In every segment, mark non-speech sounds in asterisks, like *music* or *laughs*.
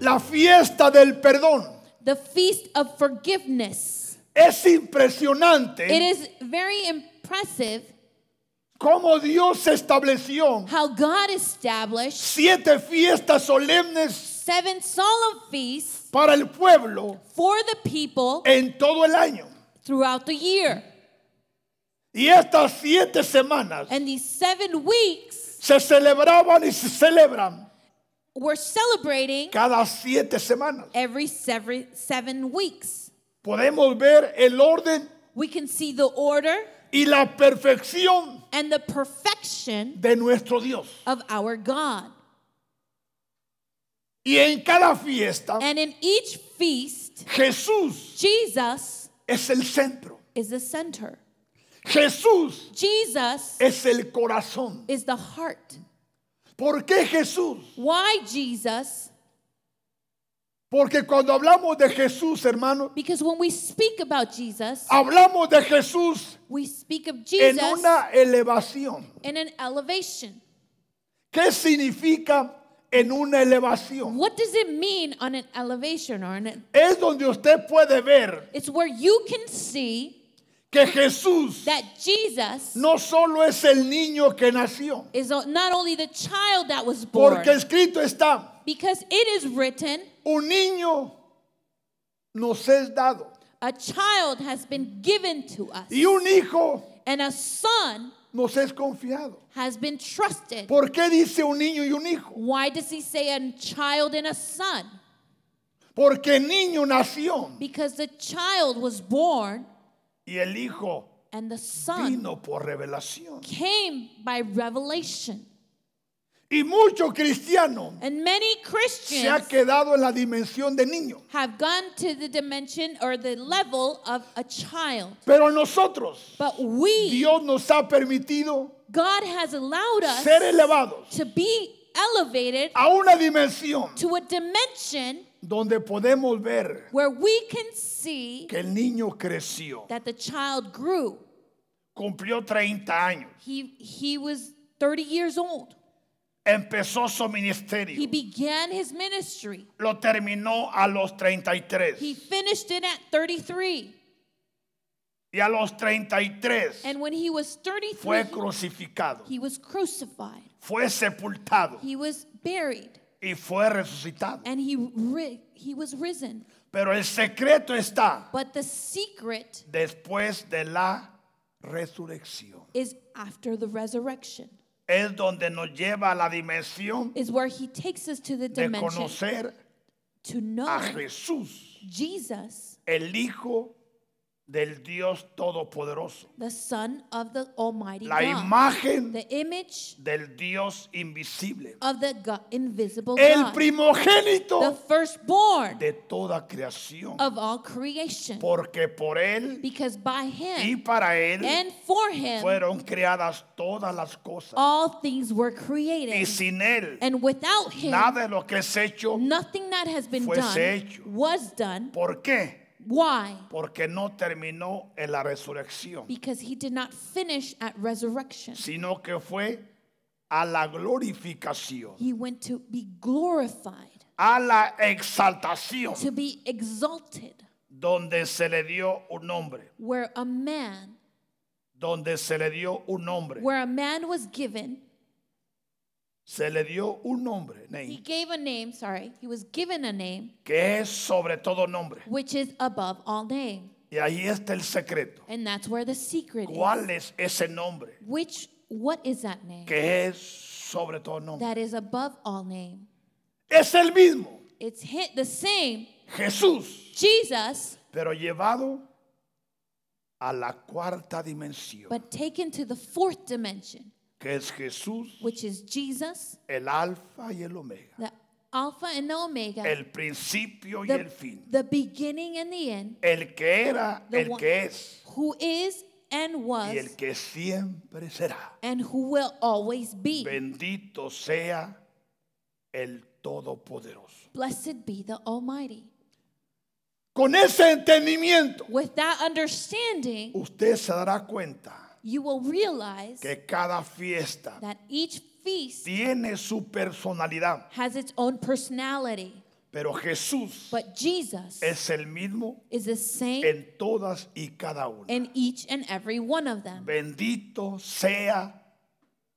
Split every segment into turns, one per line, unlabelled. La fiesta del perdón
the feast of forgiveness.
es
It
impresionante
is very impressive
cómo Dios estableció
how God established
siete fiestas solemnes
seven solemn feasts
para el pueblo
for the people
en todo el año.
throughout the year.
Y estas siete semanas
And these seven weeks
se celebraban y se celebran
we're celebrating
cada siete semanas.
every seven, seven weeks.
Podemos ver el orden
We can see the order
y la perfección
and the perfection
de nuestro Dios.
of our God.
Y en cada fiesta
And in each feast,
Jesús
Jesus
es el centro.
is the center.
Jesús
Jesus
es el corazón.
is the heart.
¿Por qué Jesús?
Why Jesus?
Porque cuando hablamos de Jesús, hermano,
Because when we speak about Jesus,
hablamos de Jesús
we speak of
en
Jesus
una elevación.
in an elevation.
¿Qué significa en una elevación?
What does it mean on an elevation or on an
Es donde usted puede ver
It's where you can see
que Jesús
that Jesus
no solo es el niño que nació,
is not only the child that was born
porque escrito está,
because it is written
un niño nos es dado
a child has been given to us
y un hijo
and a son
nos es confiado.
has been trusted.
¿Por qué dice un niño y un hijo?
Why does he say a child and a son?
Porque el niño nació
Because the child was born
y el hijo
and the son
vino por revelación.
came by revelation.
Y muchos cristianos
And many
se ha
Christians
quedado en la dimensión de niño.
have gone to the dimension or the level of a child.
Pero nosotros,
But we,
Dios nos ha permitido
God has allowed
ser
us
elevados
to be elevated
a una dimensión
to a dimension
donde podemos ver
where we can see
que el niño creció,
that the child grew.
cumplió 30 años,
He, he was 30 years old.
empezó su
He
ministerio,
began his ministry.
lo terminó a los 33.
He finished it at 33.
Y a los 33
And when he was 33,
fue crucificado,
he was crucified.
fue sepultado
He was buried.
y fue resucitado.
And he, ri- he was risen.
Pero el secreto está
But the secret
después de la resurrección.
is after the resurrection,
Es donde nos lleva a la dimensión
is where he takes us to the
de
dimension
conocer
to
a
know
Jesús,
Jesus,
el Hijo del Dios Todopoderoso,
the Son of the Almighty
la
God,
imagen
the image
del Dios invisible,
of the God, invisible
el
Oh, God, the
primogénito
firstborn
de toda creación,
of all creation,
porque por Él
because by
y
him
para Él
and for him
fueron creadas todas las cosas,
all things were
y
created,
sin Él
and without him
nada de lo que es hecho
nothing that has been
fuese
done
hecho.
was done.
¿Por qué?
Why?
Porque no terminó en la resurrección,
Because he did not finish at resurrection.
sino que fue a la glorificación,
He went to be glorified,
a la exaltación,
to be exalted,
donde se le dio un nombre,
where a man,
donde se le dio un nombre,
where a man was given,
se le dio un nombre, Ney,
he gave a name, sorry, he was given a name
que es sobre todo nombre.
which is above all name.
Y ahí está el secreto.
And that's where the secret is.
¿Cuál es ese nombre
Which what is that name?
que es sobre todo nombre?
That is above all name.
Es el mismo,
It's hit the same
Jesús,
Jesus,
pero llevado a la cuarta dimensión.
but taken to the fourth dimension,
que es Jesús,
which is Jesus,
el alfa y el omega,
the Alpha and the Omega,
el principio y el
the,
fin,
the beginning and the end,
el que era,
the
el
one-
que es
who is and was
y el que siempre será.
and who will always be.
Bendito sea el Todopoderoso.
Blessed be the Almighty.
Con ese entendimiento,
With that understanding,
usted se dará cuenta
you will realize
que cada fiesta
that each feast
tiene su personalidad,
has its own personality,
Pero Jesús
But Jesus
es el mismo
is the same
en todas y cada una.
in each and every one of them.
Bendito sea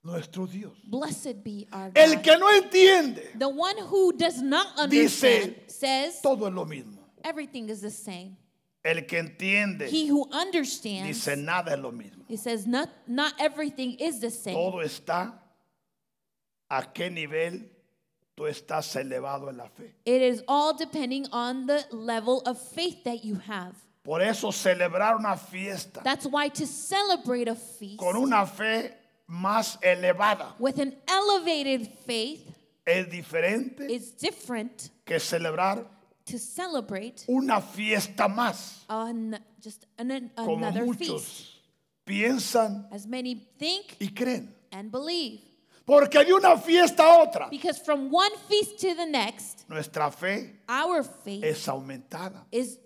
nuestro Dios.
Blessed be our
El
God.
que no entiende,
The one who does not understand says
todo es lo mismo.
everything is the same.
El que entiende
He who
dice
understands,
nada es lo mismo.
he says not, not everything is the same.
Todo está a qué nivel tú estás elevado en la fe.
It is all depending on the level of faith that you have.
Por eso celebrar una fiesta
That's why to celebrate a feast
con una fe más elevada
with an elevated faith
es diferente
is different
que celebrar
to celebrate
una fiesta más,
on just an, an-
como
another feast.
muchos piensan
As many think
y creen.
and believe.
Porque de una fiesta a otra,
Because from one feast to the next,
nuestra fe
our faith
es aumentada.
is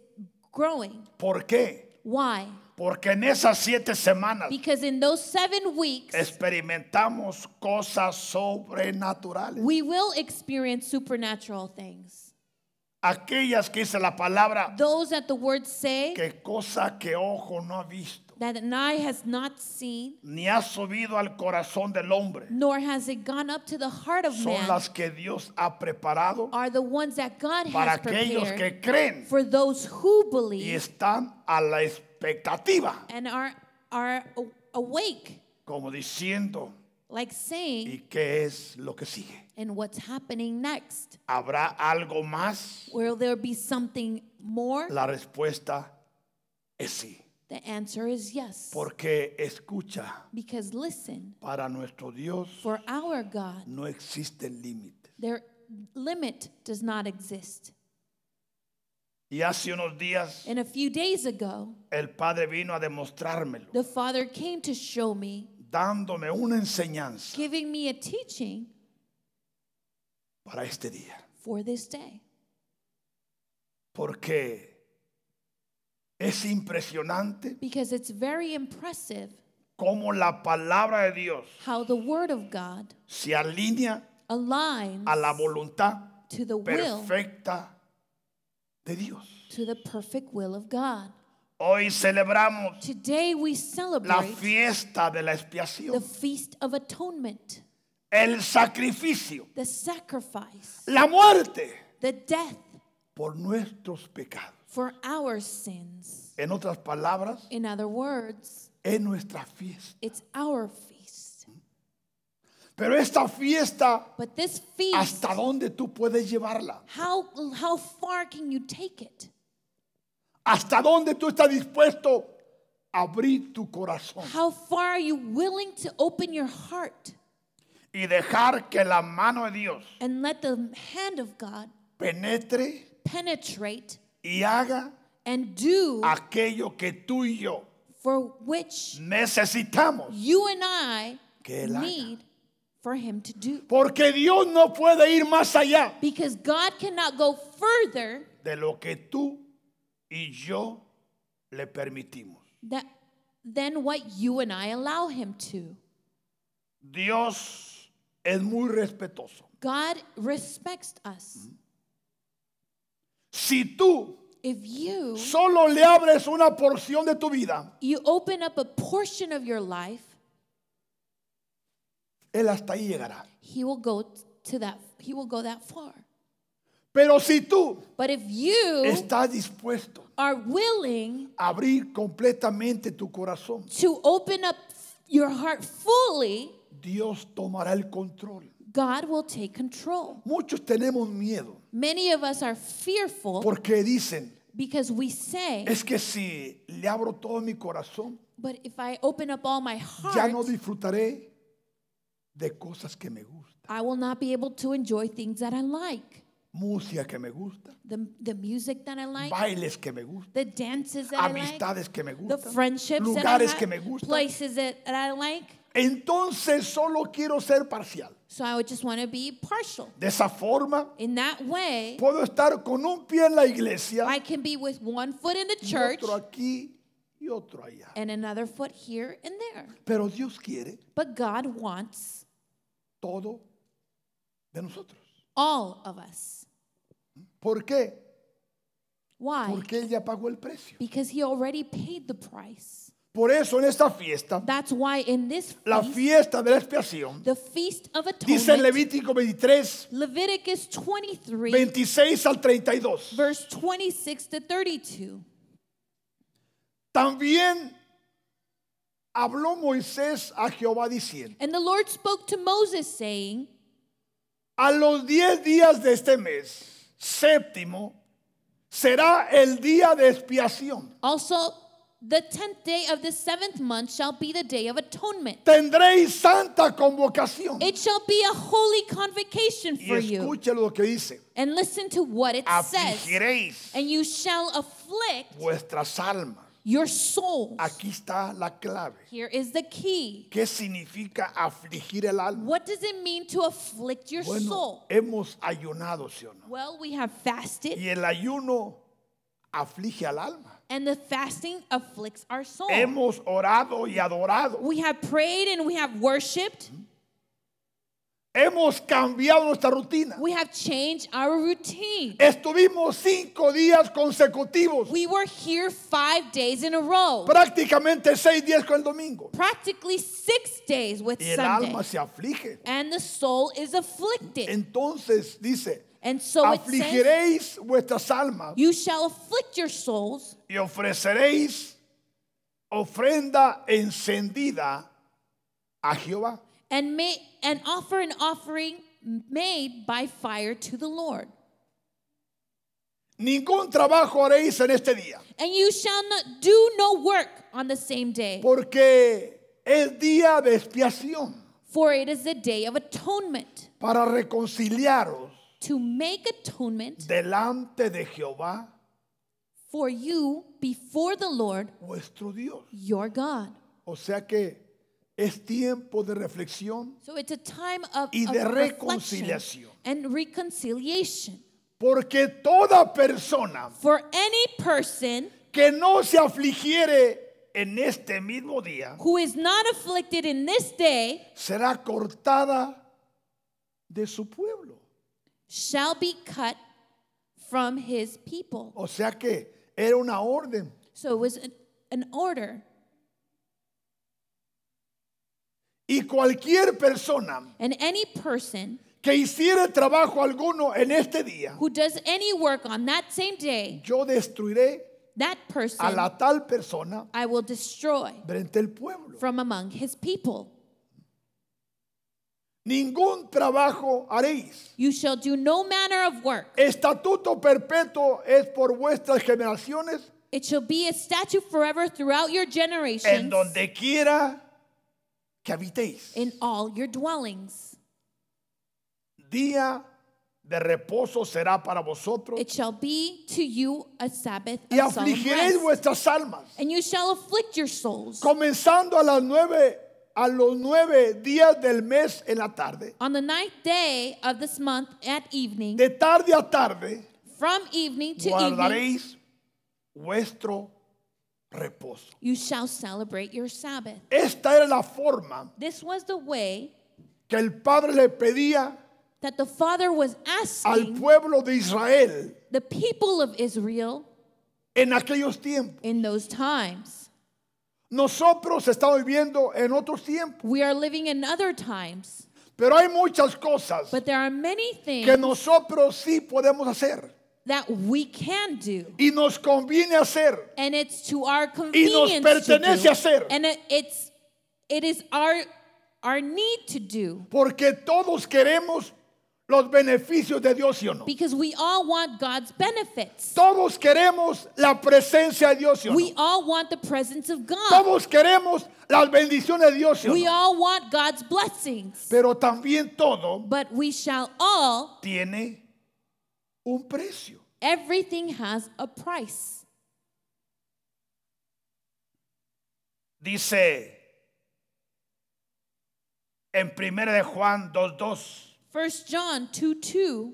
growing.
¿Por qué?
Why?
Porque en esas siete semanas
Because in those seven weeks,
experimentamos cosas sobrenaturales.
we will experience supernatural things.
Aquellas que dice la palabra,
Those that the word say
que cosa que ojo no ha visto,
that an eye has not seen,
ni ha subido al corazón del hombre,
nor has it gone up to the heart of
son
man,
las que Dios ha preparado
are the ones that God
para
has
aquellos
prepared
que creen
for those who
y
believe
están a la expectativa,
and are are a- awake,
como diciendo,
like
¿y
saying,
qué es lo que sigue?
and what's happening next?
¿Habrá algo más?
Will there be something more?
La respuesta es sí,
The answer is yes.
porque escucha,
Because listen,
para nuestro Dios
for our God,
no existen límites.
their limit does not exist.
Y hace unos días
And a few days ago,
el Padre vino a demostrármelo,
the Father came to show me,
dándome una enseñanza
giving me a teaching
para este día.
for this day.
Porque es impresionante
Because it's very impressive
cómo la palabra de Dios
how the Word of God
se alinea
aligns
a la voluntad
to the will,
perfecta de Dios.
to the perfect will of God.
Hoy celebramos
Today we
la
celebrate
fiesta de la
the
expiación,
Feast of Atonement,
el sacrificio,
the sacrifice,
la muerte
the death
por nuestros pecados.
for our sins.
En otras palabras,
In other words,
es nuestra fiesta.
it's our feast.
Pero esta fiesta,
But this feast,
¿hasta dónde tú puedes llevarla?
how, how far can you take it?
¿Hasta dónde tú estás dispuesto a abrir tu corazón
How far are you willing to open your heart
y dejar que la mano de Dios
and let the hand of God
penetre
penetrate
y haga
and do
aquello que tú y yo
for which
necesitamos?
you and I
Que Él haga.
need for Him to do?
Porque Dios no puede ir más allá
Because God cannot go further
de lo que tú y yo le permitimos.
that, than what you and I allow Him to.
Dios es muy respetuoso.
God respects us.
Si tú
If you
solo le abres una porción de tu vida,
you open up a portion of your life,
Él hasta ahí llegará.
he will go t- to that he will go that far.
Pero si tú
But if you
estás dispuesto
are willing
a abrir completamente tu corazón,
to open up your heart fully,
Dios tomará el control.
God will take control.
Muchos tenemos miedo
Many of us are fearful
porque dicen,
because we say,
es que si le abro todo mi corazón,
but if I open up all my
ya no
heart,
disfrutaré de cosas que me gustan.
I will not be able to enjoy things that I like.
Música que me gusta,
The, the music that I like,
bailes que me gustan,
the dances that I like,
amistades que me
the
gustan,
friendships that I
lugares
like,
que me gustan.
places that, that I like.
Entonces solo quiero ser parcial.
So I would just want to be partial.
De esa forma
In that way,
puedo estar con un pie en la iglesia,
I can be with one foot in the
y
church
otro aquí y otro allá.
and another foot here and there.
Pero Dios quiere
But God wants
todo de nosotros.
all of us.
¿Por qué?
Why?
Porque Él ya pagó el precio.
Because he already paid the price.
Por eso en esta fiesta,
That's why in this
la
feast,
fiesta de la expiación,
the Feast of
dice en
Atonement,
Levítico 23,
Leviticus 23,
26 al 32.
verse 26 to 32.
También habló Moisés a Jehová diciendo,
And the Lord spoke to Moses, saying,
a los 10 días de este mes, séptimo, será el día de expiación.
Also, the tenth day of the seventh month shall be the day of atonement.
Tendréis santa convocación.
It shall be a holy convocation
Y
for you.
escuche lo que dice.
And listen to what it says.
Afligiréis
And you shall afflict
vuestras almas.
your souls.
Aquí está la clave.
Here is the key.
¿Qué significa afligir el alma?
What does it mean to afflict your
Bueno,
soul?
hemos ayunado, ¿sí o no?
Well, we have fasted,
Y el ayuno aflige al alma.
and the fasting afflicts our soul.
Hemos orado y adorado.
We have prayed and we have worshiped.
Hemos cambiado nuestra rutina.
We have changed our routine.
Estuvimos cinco días consecutivos,
We were here five days in a row,
prácticamente seis días con el domingo.
practically six days with
Y el
Sunday.
alma se aflige.
And the soul is afflicted.
Entonces dice,
And so it says,
afligiréis vuestras almas
You shall afflict your souls
y ofreceréis ofrenda encendida a Jehová.
and, may, and offer an offering made by fire to the Lord.
Ningún trabajo haréis en este día,
And you shall not do no work on the same day,
porque es día de expiación
for it is the day of atonement,
para reconciliaros
to make atonement
delante de Jehová
for you before the Lord
vuestro Dios.
your God.
O sea que es tiempo de reflexión.
So it's a time of,
Y
of
de
reflection
reconciliación.
and reconciliation.
Porque toda persona
For any person
que no se afligiere en este mismo día
who is not afflicted in this day
será cortada de su pueblo.
shall be cut from his people.
O sea que era una orden.
So it was an, an order.
Y cualquier persona
And any person
que hiciere trabajo alguno en este día,
who does any work on that same day,
yo destruiré
that
a
person
la tal persona
I will destroy
frente al pueblo.
from among his people.
Ningún trabajo haréis.
You shall do no manner of work.
Estatuto perpetuo es por vuestras generaciones,
It shall be a statute forever throughout your
en
generations
donde quiera que habitéis.
in all your dwellings.
Día de reposo será para vosotros
It shall be to you a Sabbath
y
of solemn
afligiréis
rest.
vuestras almas,
And you shall afflict your souls
comenzando a las nueve a los nueve días del mes en la tarde,
on the ninth day of this month at evening,
de tarde a tarde
from evening to evening,
guardaréis vuestro reposo.
you shall celebrate your Sabbath.
Esta era la forma
This was the way
que el Padre le pedía
that the Father was
al
asking
pueblo de Israel
the people of Israel
en aquellos tiempos.
in those times.
Nosotros estamos viviendo en otros tiempos,
We are living in other times,
pero hay muchas cosas
but there are many
que
things
nosotros sí podemos hacer
that we can do.
y nos conviene hacer.
And it's to our convenience to
pertenece
do,
a hacer.
and it- it's it is our our need to do
Porque todos queremos los beneficios de Dios, ¿sí o no?
because we all want God's benefits.
Todos queremos la presencia de Dios, ¿sí o no?
We all want the presence of God.
Todos queremos las bendiciones de Dios, ¿sí o
We
no?
all want God's blessings.
Pero también todo
But we shall all
tiene un precio.
everything has a price.
Dice en 1 de Juan 2.2.
1 John 2 2.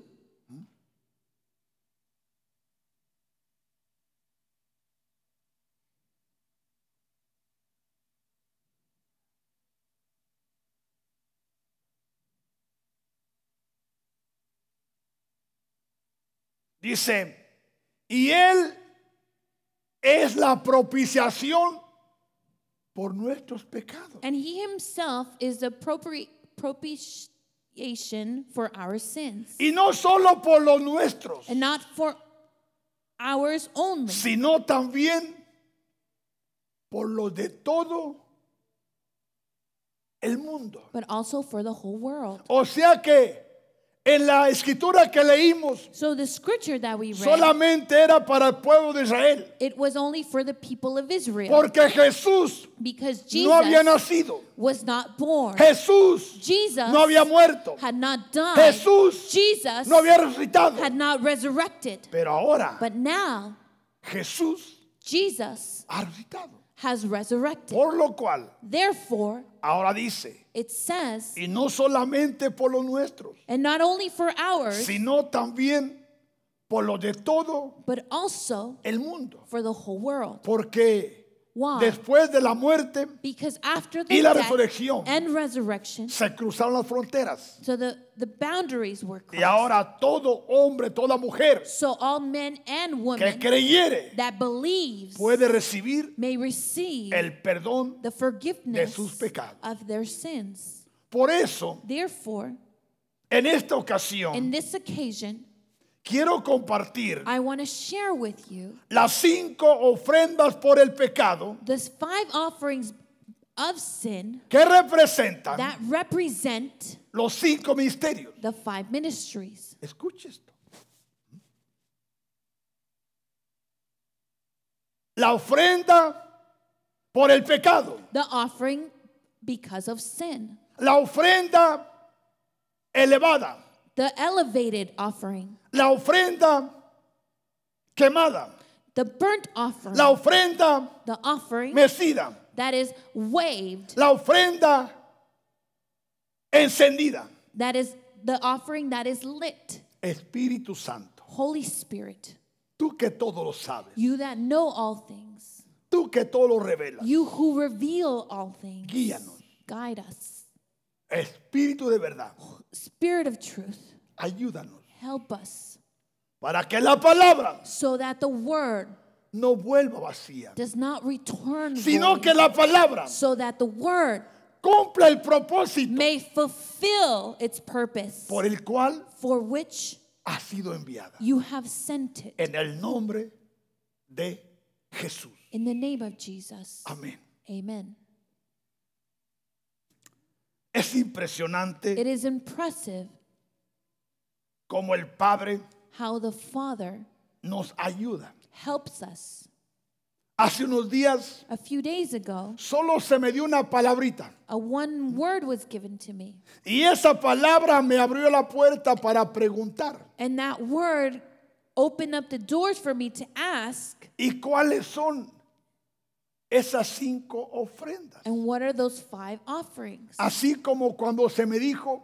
Dice, y Él es la propiciación por nuestros pecados.
And he himself is the propri- propitiation for our sins.
Y no solo por los nuestros,
And not for ours only,
sino también por los de todo el mundo.
but also for the whole world.
O sea que en la escritura que leímos
So the scripture that we read,
solamente era para el pueblo de Israel,
it was only for the people of Israel
porque Jesús
because
no había
Jesus
nacido,
was not born.
Jesús
Jesus
no había muerto,
had not died.
Jesús
Jesus
no había resucitado.
had not resurrected.
Pero ahora
But now
Jesús
Jesus
ha resucitado.
has resurrected.
Por lo cual,
Therefore,
ahora dice,
it says,
y no solamente por los nuestros,
and not only for ours,
sino también por los de todo
but also
el mundo.
for the whole world.
Porque
Why?
después de la muerte
Because after
y
the
la
death
resurrección
and resurrection,
se cruzaron las fronteras.
so the, the boundaries were
Y
crossed.
ahora todo hombre, toda mujer
So all men and
que
women
creyere
that believes
puede recibir
may receive
el perdón.
the forgiveness
sus pecados.
of their sins.
Por eso,
Therefore,
en esta ocasión,
in this occasion,
quiero compartir
I want to share with you
las cinco ofrendas por el pecado
the five offerings of sin
que representan
that represent
los cinco misterios.
the five ministries.
Escuche esto. La ofrenda por el pecado.
The offering because of sin,
La ofrenda elevada.
the elevated offering,
La ofrenda quemada.
the burnt offering,
La ofrenda
the offering
mecida.
that is waved,
La ofrenda encendida.
that is the offering that is lit.
Espíritu Santo,
Holy Spirit,
tú que todo lo sabes,
you that know all things,
tú que todo lo revelas,
you who reveal all things,
Guíanos.
guide us.
Espíritu de verdad,
Spirit of truth,
ayúdanos
help us
para que la palabra
so that the word
no vuelva vacía,
does not return
sino
void,
que la palabra
so that the word
cumpla el propósito
may fulfill its purpose
por el cual
for which
ha sido enviada.
you have sent it
En el nombre de Jesús.
in the name of Jesus.
Amén.
Amen.
Es
It
impresionante
is impressive
como el Padre
how the Father
nos ayuda.
helps us.
Hace unos días
A few days ago,
solo se me dio una palabrita
a one word was given to me,
y esa palabra me abrió la puerta para preguntar.
and that word opened up the doors for me to ask,
¿Y cuáles son esas cinco ofrendas?
and what are those five offerings?
Así como cuando se me dijo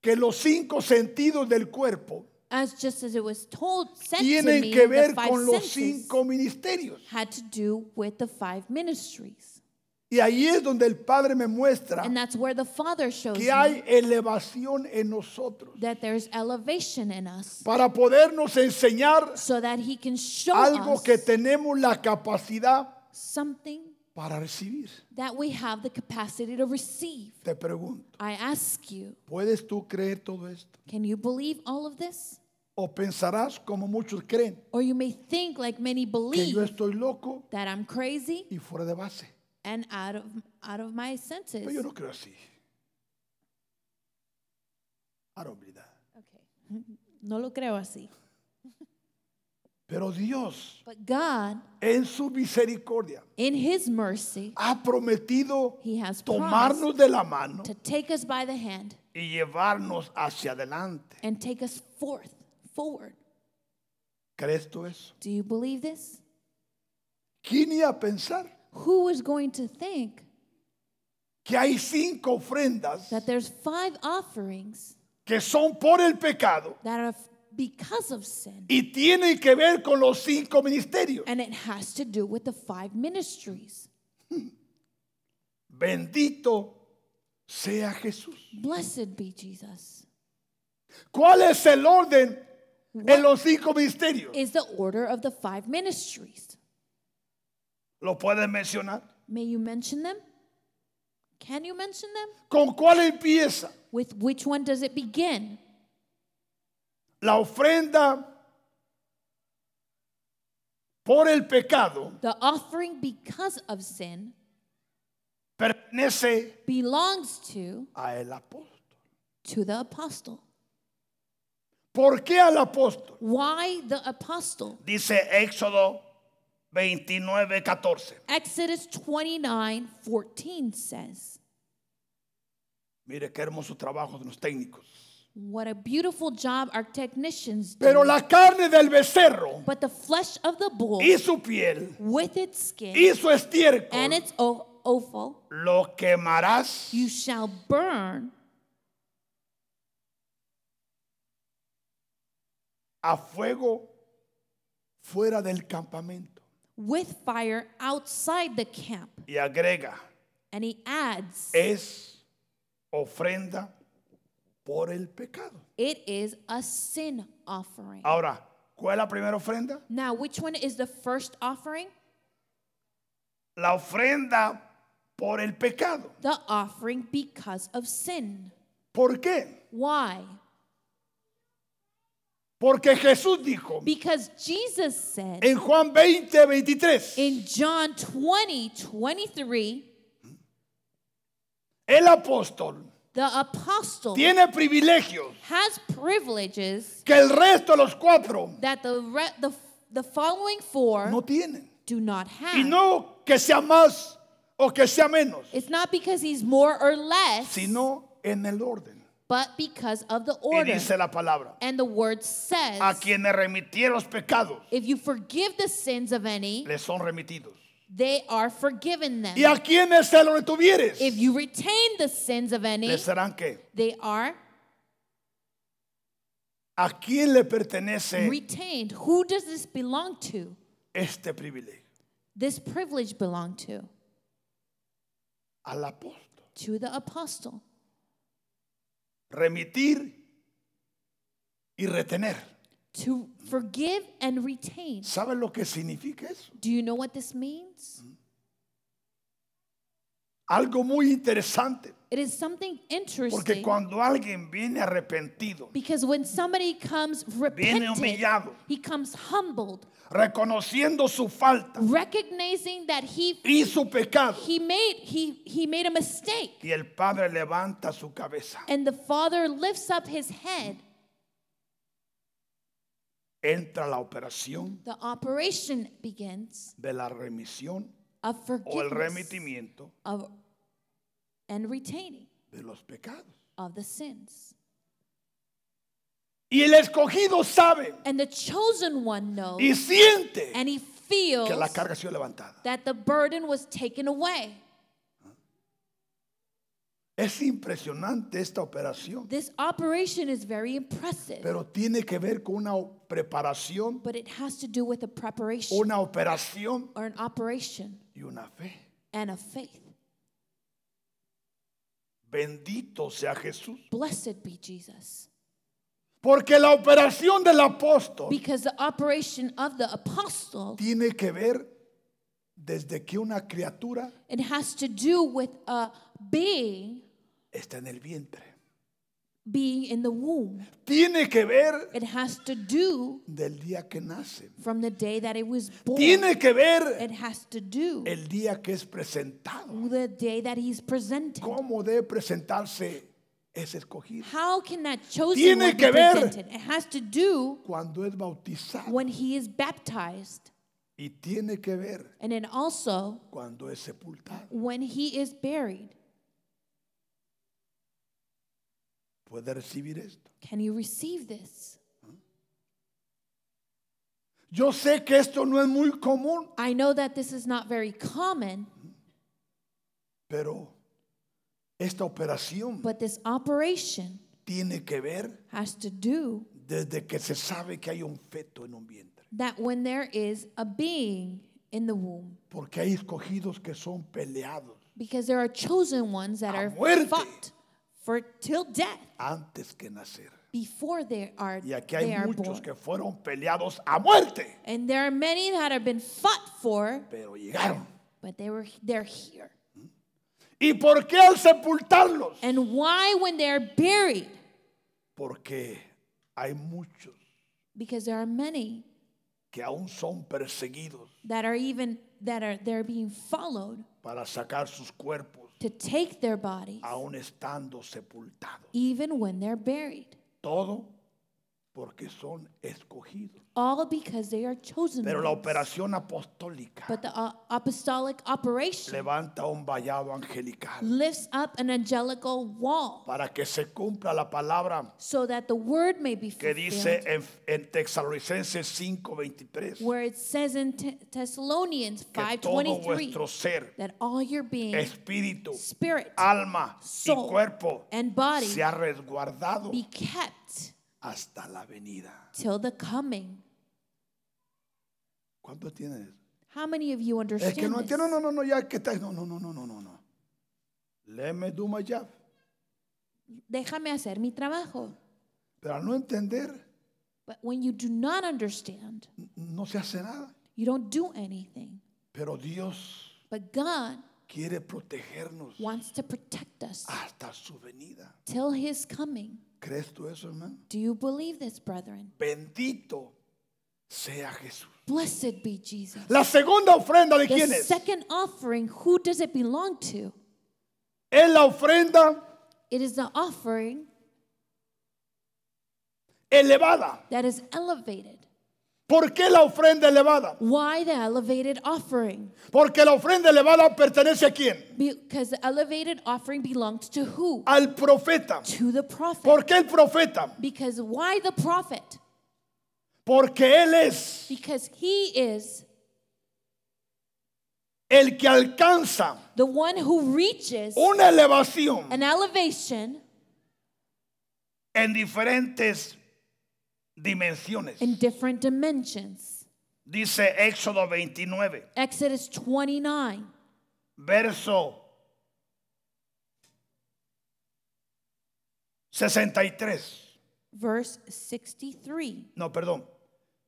que los cinco sentidos del cuerpo
As just as it was told, sent to
tienen
me,
que ver
the five
con los
senses
cinco ministerios.
had to do with the five ministries,
Y ahí es donde el Padre me muestra
and that's where the Father shows
que
me
hay elevación en nosotros
that there's elevation in us,
para podernos enseñar
so that He can show
algo
us
que tenemos la capacidad
something
para recibir.
that we have the capacity to receive.
Te pregunto,
I ask you,
¿puedes tú creer todo esto?
can you believe all of this?
¿O pensarás como muchos creen
Or you may think, like many
que yo
believe,
estoy loco
that I'm crazy
y fuera de base?
and out of out of my
Pero
senses.
Pues yo no creo así. I don't believe that.
Okay. *laughs* No lo creo así.
Pero Dios,
But God,
en su misericordia,
in His mercy,
ha prometido
He has promised
tomarnos de la mano
to take us by the hand
y llevarnos hacia adelante.
and take us forth, forward.
¿Crees tú eso?
Do you believe this?
¿Quién iba a pensar
Who is going to think
que hay cinco ofrendas
that there's five offerings
que son por el pecado
that are f- because of sin,
y tienen que ver con los cinco ministerios?
and it has to do with the five ministries?
Bendito sea Jesús.
Blessed be Jesus.
¿Cuál es el orden en los cinco misterios.
is the order of the five ministries.
¿Lo puedes mencionar?
May you mention them? Can you mention them?
¿Con cuál empieza?
With which one does it begin?
La ofrenda por el pecado
The offering because of sin
pertenece
belongs to
a el apóstol.
to the apostle.
¿Por qué al apóstol?
Why the apostle?
Dice Éxodo 29, 14.
Exodus 29, 14 says,
Mire qué hermoso trabajo de los técnicos.
What a beautiful job our technicians do.
Pero la carne del becerro
But the flesh of the bull
y su piel
with its skin
y su estiércol
and its o- offal
lo quemarás
you shall burn
a fuego fuera del campamento.
with fire outside the camp.
Y agrega,
And he
Eh.
adds,
es ofrenda por el pecado.
It is a sin offering.
Ahora, ¿cuál es la primera ofrenda?
Now, which one is the first offering?
La ofrenda por el pecado.
The offering because of sin.
¿Por qué?
Why?
Porque Jesús dijo
Because Jesus said
en Juan 20, 23,
in John 20 23,
el apóstol
the apostle
tiene privilegios
has privileges
que el resto de los cuatro
that the, re- the, the following four
no tienen.
do not
Y
have.
no que sea más o que sea menos,
It's not because he's more or less,
sino en el orden.
but because of the
Y
order.
dice la palabra.
And the word says,
A quienes remitieron los pecados,
if you forgive the sins of any,
les son remitidos.
they are forgiven them.
Y a quienes se lo retuvieres,
If you retain the sins of any,
les serán que.
they are
¿A quién le pertenece
retained. Who does this belong to?
este privilegio?
This privilege belong to?
Al apóstol.
To the apostle.
Remitir y retener.
To forgive and retain.
¿Saben lo que significa eso?
Do you know what this means?
Algo muy interesante.
It is something
Porque
interesting.
cuando alguien viene arrepentido,
Because when somebody comes repentant,
humillado.
he comes humbled,
reconociendo su falta
recognizing that he
y su pecado,
he made he he made a mistake,
y el Padre levanta su cabeza,
and the father lifts up his head.
entra la operación
The operation begins
de la remisión
of
o el
forgiveness
remitimiento
of and retaining
de los pecados.
of the sins.
Y el escogido sabe
And the chosen one knows,
y siente
and he feels
que la carga ha sido levantada.
that the burden was taken away.
Es impresionante esta operación,
This operation is very impressive,
pero tiene que ver con una o- preparación,
but it has to do with a preparation.
una operación
or an operation
y una fe.
and a faith.
Bendito sea Jesús.
Blessed be Jesus.
Porque la operación del apóstol
Because the operation of the apostle,
tiene que ver desde que una criatura
it has to do with a being
está en el vientre.
being in the womb.
Tiene que ver
It has to do
del día que nace.
from the day that it was born.
Tiene que ver
It has to do
el día que es presentado.
the day that he's presented.
¿Cómo debe presentarse ese escogido?
How can that chosen
Tiene
one be
que ver-
presented? It has to do
Cuando es bautizado.
when he is baptized,
Y tiene que ver
and then also
cuando es sepultado.
when he is buried.
¿Puede recibir esto?
Can you receive this?
Yo sé que esto no es muy común,
I know that this is not very common,
pero esta operación
but this operation
tiene que ver
has to do
desde que se sabe que hay un feto en un vientre.
that when there is a being in the womb,
Porque hay escogidos que son peleados
because there are chosen ones that
A
are
muerte.
fought for till death
antes que nacer.
before they are,
Y aquí
they
hay
are
muchos
born.
que fueron peleados a muerte,
And there are many that have been fought for,
pero llegaron.
but they were they're here.
¿Y por qué al sepultarlos?
And why when they're buried?
Porque hay muchos
Because there are many
que aún son perseguidos
that are even that are they're being followed
para sacar sus cuerpos,
to take their bodies
aún estando sepultados.
even when they're buried.
Todo porque son escogidos.
All because they are chosen.
Pero la
ones.
operación apostólica
But the uh, apostolic operation
levanta un vallado angelical
lifts up an angelical wall
para que se cumpla la palabra
so that the word may be
que
fulfilled.
dice en, en Tesalonicenses 5:23
where it says in Te- Thessalonians
que todo
5:23
vuestro ser,
that all your being,
espíritu,
spirit,
alma y
soul,
cuerpo
and body
se ha resguardado
be kept
hasta la venida.
till the coming.
¿Cuánto tienen eso?
How many of you
Es
understand
que no
this?
entiendo, no, no, no, ya que está. No, no, no, no, no, no, no. Leme do my job.
Déjame hacer mi trabajo.
Pero al no entender,
But when you do not understand,
n- no se hace nada.
you don't do anything.
Pero Dios
But God
quiere protegernos
wants to protect us
hasta su venida.
till his coming.
¿Crees tú eso, hermano?
Do you believe this, brethren?
Bendito sea Jesús.
Blessed be Jesus.
La segunda ofrenda de
The
quién es?
second offering, who does it belong to?
Es la ofrenda
It is the offering
elevada.
that is elevated.
¿Por qué la ofrenda elevada?
Why the elevated offering?
Porque la ofrenda elevada pertenece a quién?
Because the elevated offering belongs to who?
Al profeta.
To the prophet.
¿Por qué el profeta?
Because why the prophet?
Porque él es
Because he is
el que alcanza
the one who reaches
una elevación
an elevation
en diferentes dimensiones.
in different dimensions.
Dice Éxodo 29,
Exodus 29,
verso 63.
verse 63,
No, perdón.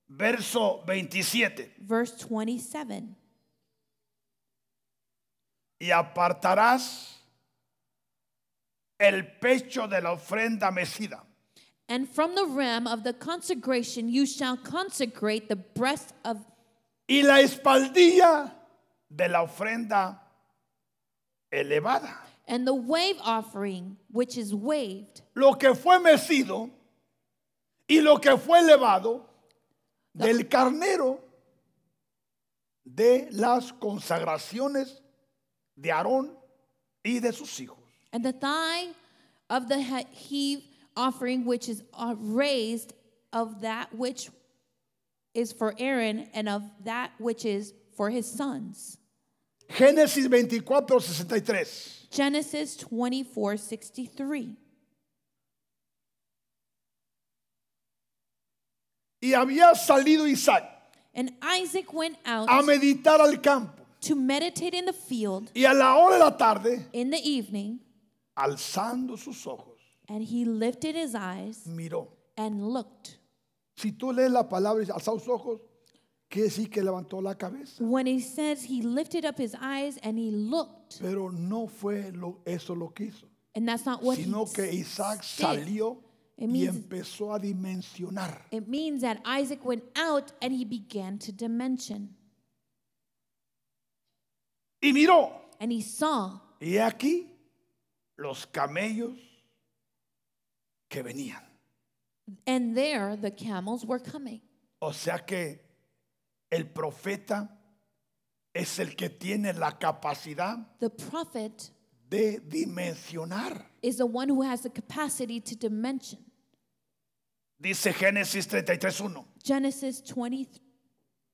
Verso 27.
verse 27.
Y apartarás el pecho de la ofrenda mecida
And from the ram of the consecration you shall consecrate the breast of
y la espaldilla de la ofrenda elevada.
and the wave offering which is waved
lo que fue mecido y lo que fue elevado del carnero de las consagraciones de Aarón y de sus hijos.
and the thigh of the he- heave offering which is uh, raised of that which is for Aaron and of that which is for his sons.
Génesis 24, 63.
Genesis 24:63.
Y había salido Isaac
And Isaac went out
a meditar al campo
to meditate in the field
y a la hora de la tarde,
in the evening,
alzando sus ojos,
and he lifted his eyes
miró.
and looked.
Si tú lees la palabra y alzar sus ojos, quiere decir que levantó la cabeza.
When he says he lifted up his eyes and he looked,
Pero no fue lo- eso lo que hizo.
and that's not what
sino
he
que Isaac
did.
salió
It
y
means-
empezó a dimensionar.
It means that Isaac went out and he began to dimension.
Y miró,
And he saw,
y he aquí los camellos que venían.
and there the camels were coming.
O sea que el profeta es el que tiene la capacidad
The prophet
de dimensionar.
is the one who has the capacity to dimension.
Dice Génesis 33.1.
Genesis 20,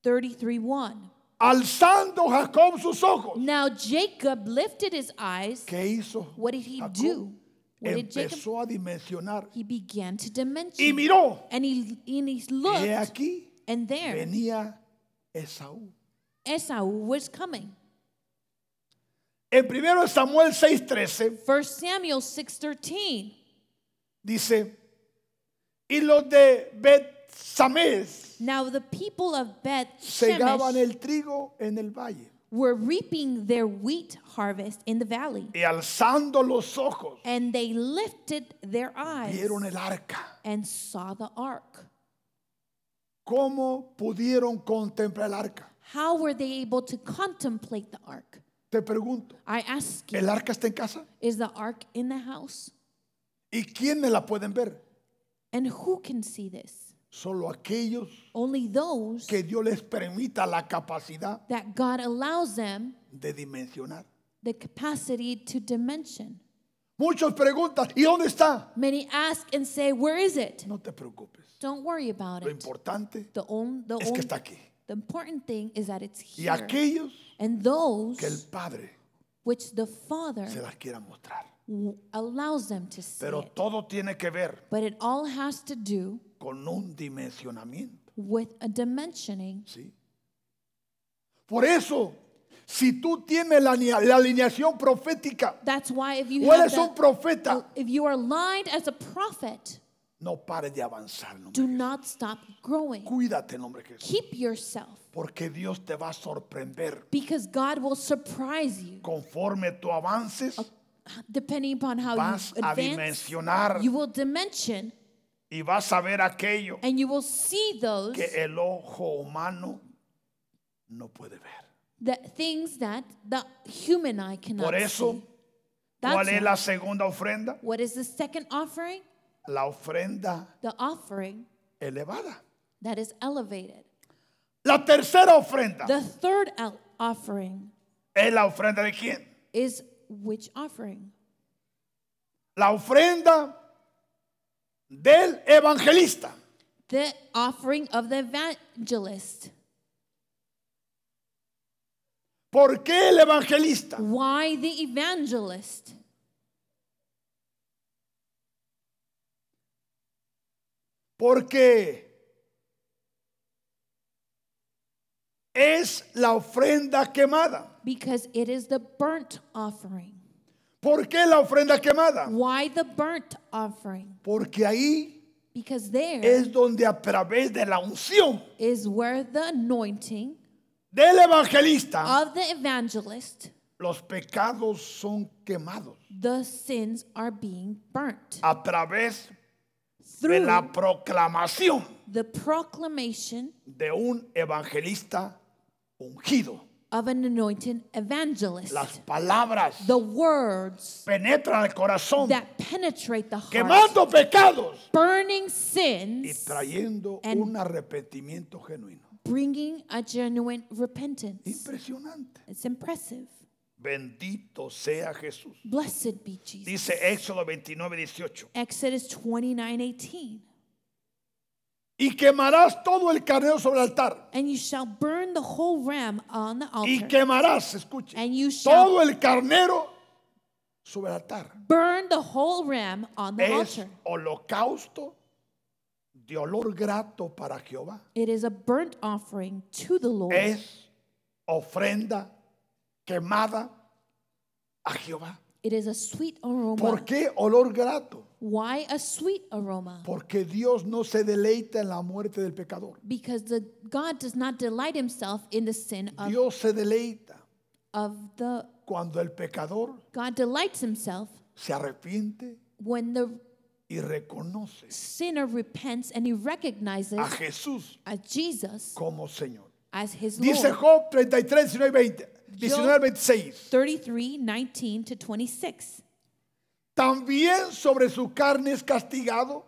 33 1.
Alzando Jacob sus ojos.
Now Jacob lifted his eyes.
¿Qué hizo?
What did he
Jacob?
do? What did Jacob?
Empezó a dimensionar.
He began to
Y
dimension.
miró,
And he, and he
y he
looked,
aquí
and there
venía Esaú.
Esau was coming.
En 1 Samuel 6:13
1 Samuel 6:13.
dice, y los de Betsamés
Now the people of Beth
segaban el
Shemesh
trigo en el valle
were reaping their wheat harvest in the valley,
y alzando los ojos
and they lifted their eyes
vieron el arca.
and saw the ark.
¿Cómo pudieron contemplar el arca?
How were they able to contemplate the ark?
Te pregunto,
I ask you,
¿el arca está en casa?
is the ark in the house?
¿Y quiénes la pueden ver?
And who can see this?
Solo aquellos
Only those
que Dios les permita la capacidad
that God allows them
de dimensionar.
the capacity to dimension.
Muchos preguntan, ¿y dónde está?
Many ask and say, Where is it?
No te preocupes.
Don't worry about
Lo
it.
importante
The, on, the,
es que
on-
está aquí.
the important thing is that it's
Y
here.
aquellos
And those
que el Padre
which the Father
se las quiera mostrar.
w- allows them to see.
Pero
it.
todo tiene que ver
But it all has to do
con un dimensionamiento.
with a dimensioning.
¿sí? Por eso, si tú tienes la, alinea- la alineación profética
That's why if you
o
have
eres un
that,
profeta,
if you are lined as a prophet,
no pares de avanzar. en nombre
do
de Jesús.
not stop growing.
Cuídate en nombre de Jesús.
Keep yourself
Porque Dios te va a sorprender
because God will surprise you.
conforme tú avances.
Depending upon how
Vas
you
a
advance,
dimensionar
you will dimension
y vas a ver aquello
and you will see those
que el ojo humano no puede ver.
that things that the human eye cannot
Por eso,
see. That's
¿cuál es
why-
la segunda ofrenda?
what is the second offering?
La ofrenda
The offering
elevada.
that is elevated.
La tercera ofrenda
The third el- offering
es la ofrenda de quién?
is which offering?
La ofrenda del evangelista.
The offering of the evangelist.
¿Por qué el evangelista?
Why the evangelist?
Porque es la ofrenda quemada.
Because it is the burnt offering.
¿Por qué la ofrenda quemada?
Why the burnt offering?
Porque ahí
Because there is
es donde a través de la unción
where the anointing
del evangelista
of the evangelist,
los pecados son quemados
the sins are being burnt
a través de
through
la proclamación
the proclamation
de un evangelista ungido.
of an anointed evangelist.
Las palabras
The words
penetran el corazón
that penetrate the heart,
quemando pecados
burning
y
sins,
trayendo
And-
un arrepentimiento genuino.
bringing a genuine repentance.
Impresionante.
It's impressive.
Bendito sea Jesús.
Blessed be Jesus.
Dice "Eh, Éxodo 29, 18.
Exodus 29 18.
Y quemarás todo el carnero sobre el altar.
And you shall burn the whole ram on the
Y
altar.
quemarás, escuche,
And you shall
todo el carnero sobre el altar.
burn the whole ram on the
Es
altar.
holocausto de olor grato para Jehová.
It is a burnt offering to the Lord.
Es ofrenda quemada a Jehová.
It is a sweet aroma.
¿Por qué olor grato?
Why a sweet aroma?
Porque Dios no se deleita en la muerte del pecador.
Because the God does not delight himself in the sin of,
Dios se deleita
of the
cuando el pecador
God delights himself
se arrepiente
when the
y reconoce
sinner repents and he recognizes
a Jesús
as Jesus
como Señor.
as his
Dice
Lord.
Job 33, 19 y 20, 19 al 26.
33, 19 to 26.
También sobre su carne es castigado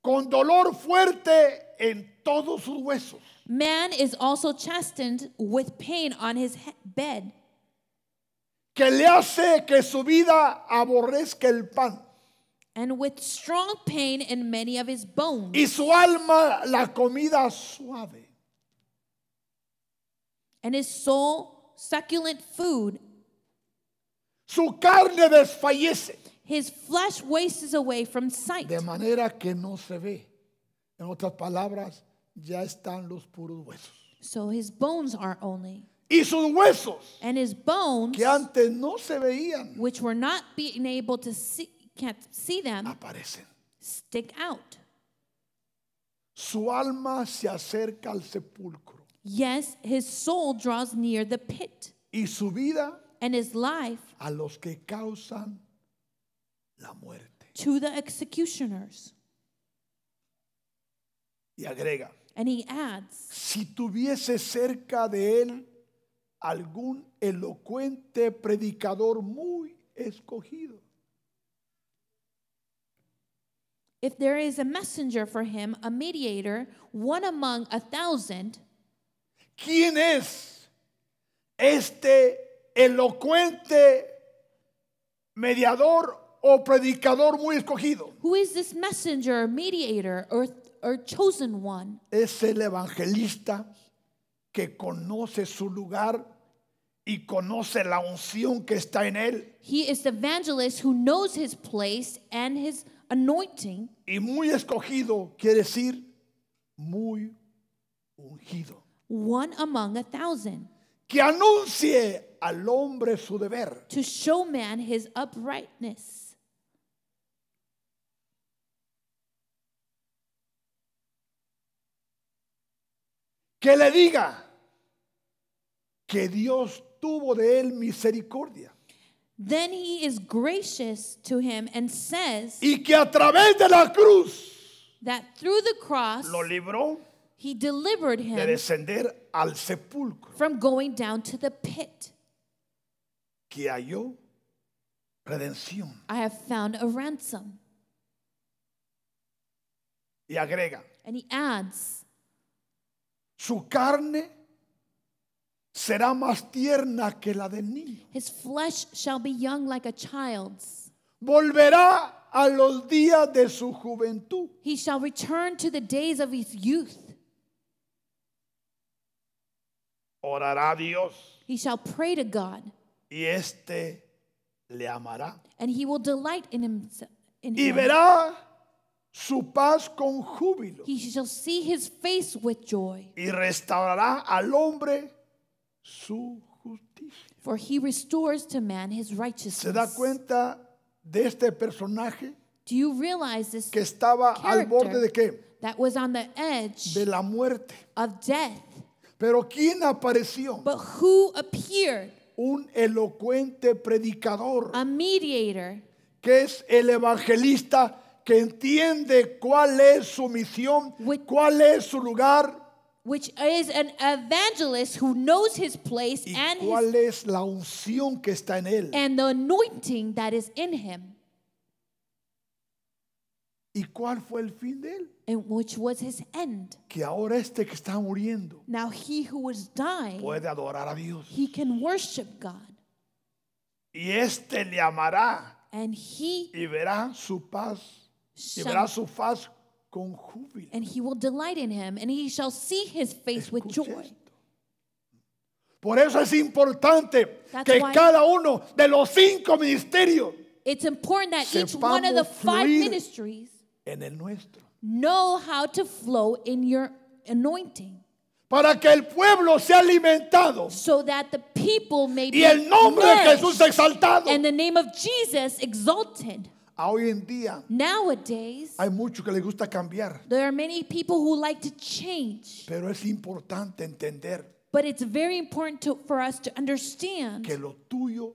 con dolor fuerte en todos sus huesos.
Man is also chastened with pain on his he- bed,
que le hace que su vida aborrezca el pan
and with strong pain in many of his bones,
y su alma la comida suave.
and his soul succulent food.
Su carne desfallece
His flesh wastes away from sight.
de manera que no se ve. En otras palabras, ya están los puros huesos.
So his bones are only.
Y sus huesos,
And his bones,
que antes no se veían,
which were not being able to see, can't see them,
aparecen.
stick out.
Su alma se acerca al sepulcro
Yes, his soul draws near the pit,
y su vida
and his life
a los que causan la muerte.
to the executioners.
Y agrega,
And he adds,
si tuviese cerca de él algún elocuente predicador muy escogido.
If there is a messenger for him, a mediator, one among a thousand,
¿Quién es este elocuente mediador o predicador muy escogido?
who is this messenger, or mediator, or, or chosen one?
Es el evangelista que conoce su lugar y conoce la unción que está en él.
He is the evangelist who knows his place and his anointing.
Y muy escogido quiere decir muy ungido.
One among a thousand
Que anuncie al hombre su deber.
to show man his uprightness.
Que le diga que Dios tuvo de él misericordia.
Then he is gracious to him and says
y que a través de la cruz
that through the cross
lo libró
he delivered
de
him
descender al sepulcro
from going down to the pit.
que halló redención
I have found a ransom.
y agrega
And he adds,
su carne será más tierna que la del niño
His flesh shall be young like a child's.
volverá a los días de su juventud
He shall return to the days of his youth.
orará a Dios
He shall pray to God,
y éste le amará
and he will delight in himself. In
y
him.
verá su paz con júbilo
He shall see his face with joy,
y restaurará al hombre su justicia
for he restores to man his
¿Se da
righteousness.
cuenta de este personaje
Do you realize this?
que estaba al
character
borde de qué?
That was on the edge
De la muerte.
of death.
Pero ¿quién apareció?
But who appeared?
Un elocuente predicador,
A mediator
que es el evangelista que entiende cuál es su misión,
Which-
cuál es su lugar
which is an evangelist who knows his place
y
and his,
cuál es la unción que está en él
and the anointing that is in him,
y cuál fue el fin de él.
and which was his end.
Que ahora este que está muriendo
Now he who was dying,
puede adorar a Dios
he can worship God,
y este le amará
and he
y verá su paz y verá
shall,
su faz con júbilo.
and he will delight in him, and he shall see his face with
Escuche
joy.
esto. Por eso es importante
That's
que
why-
cada uno de los cinco ministerios
It's important that each one
Sepamos
of the five
fluir.
ministries
en el nuestro,
know how to flow in your anointing,
para que el pueblo sea alimentado
so that the people may be
y el nombre de
nourished
Jesús sea exaltado.
and the name of Jesus exalted.
A hoy en día
Nowadays,
hay mucho que les gusta cambiar,
there are many people who like to change,
pero es importante entender
but it's very important to, for us to understand
que lo tuyo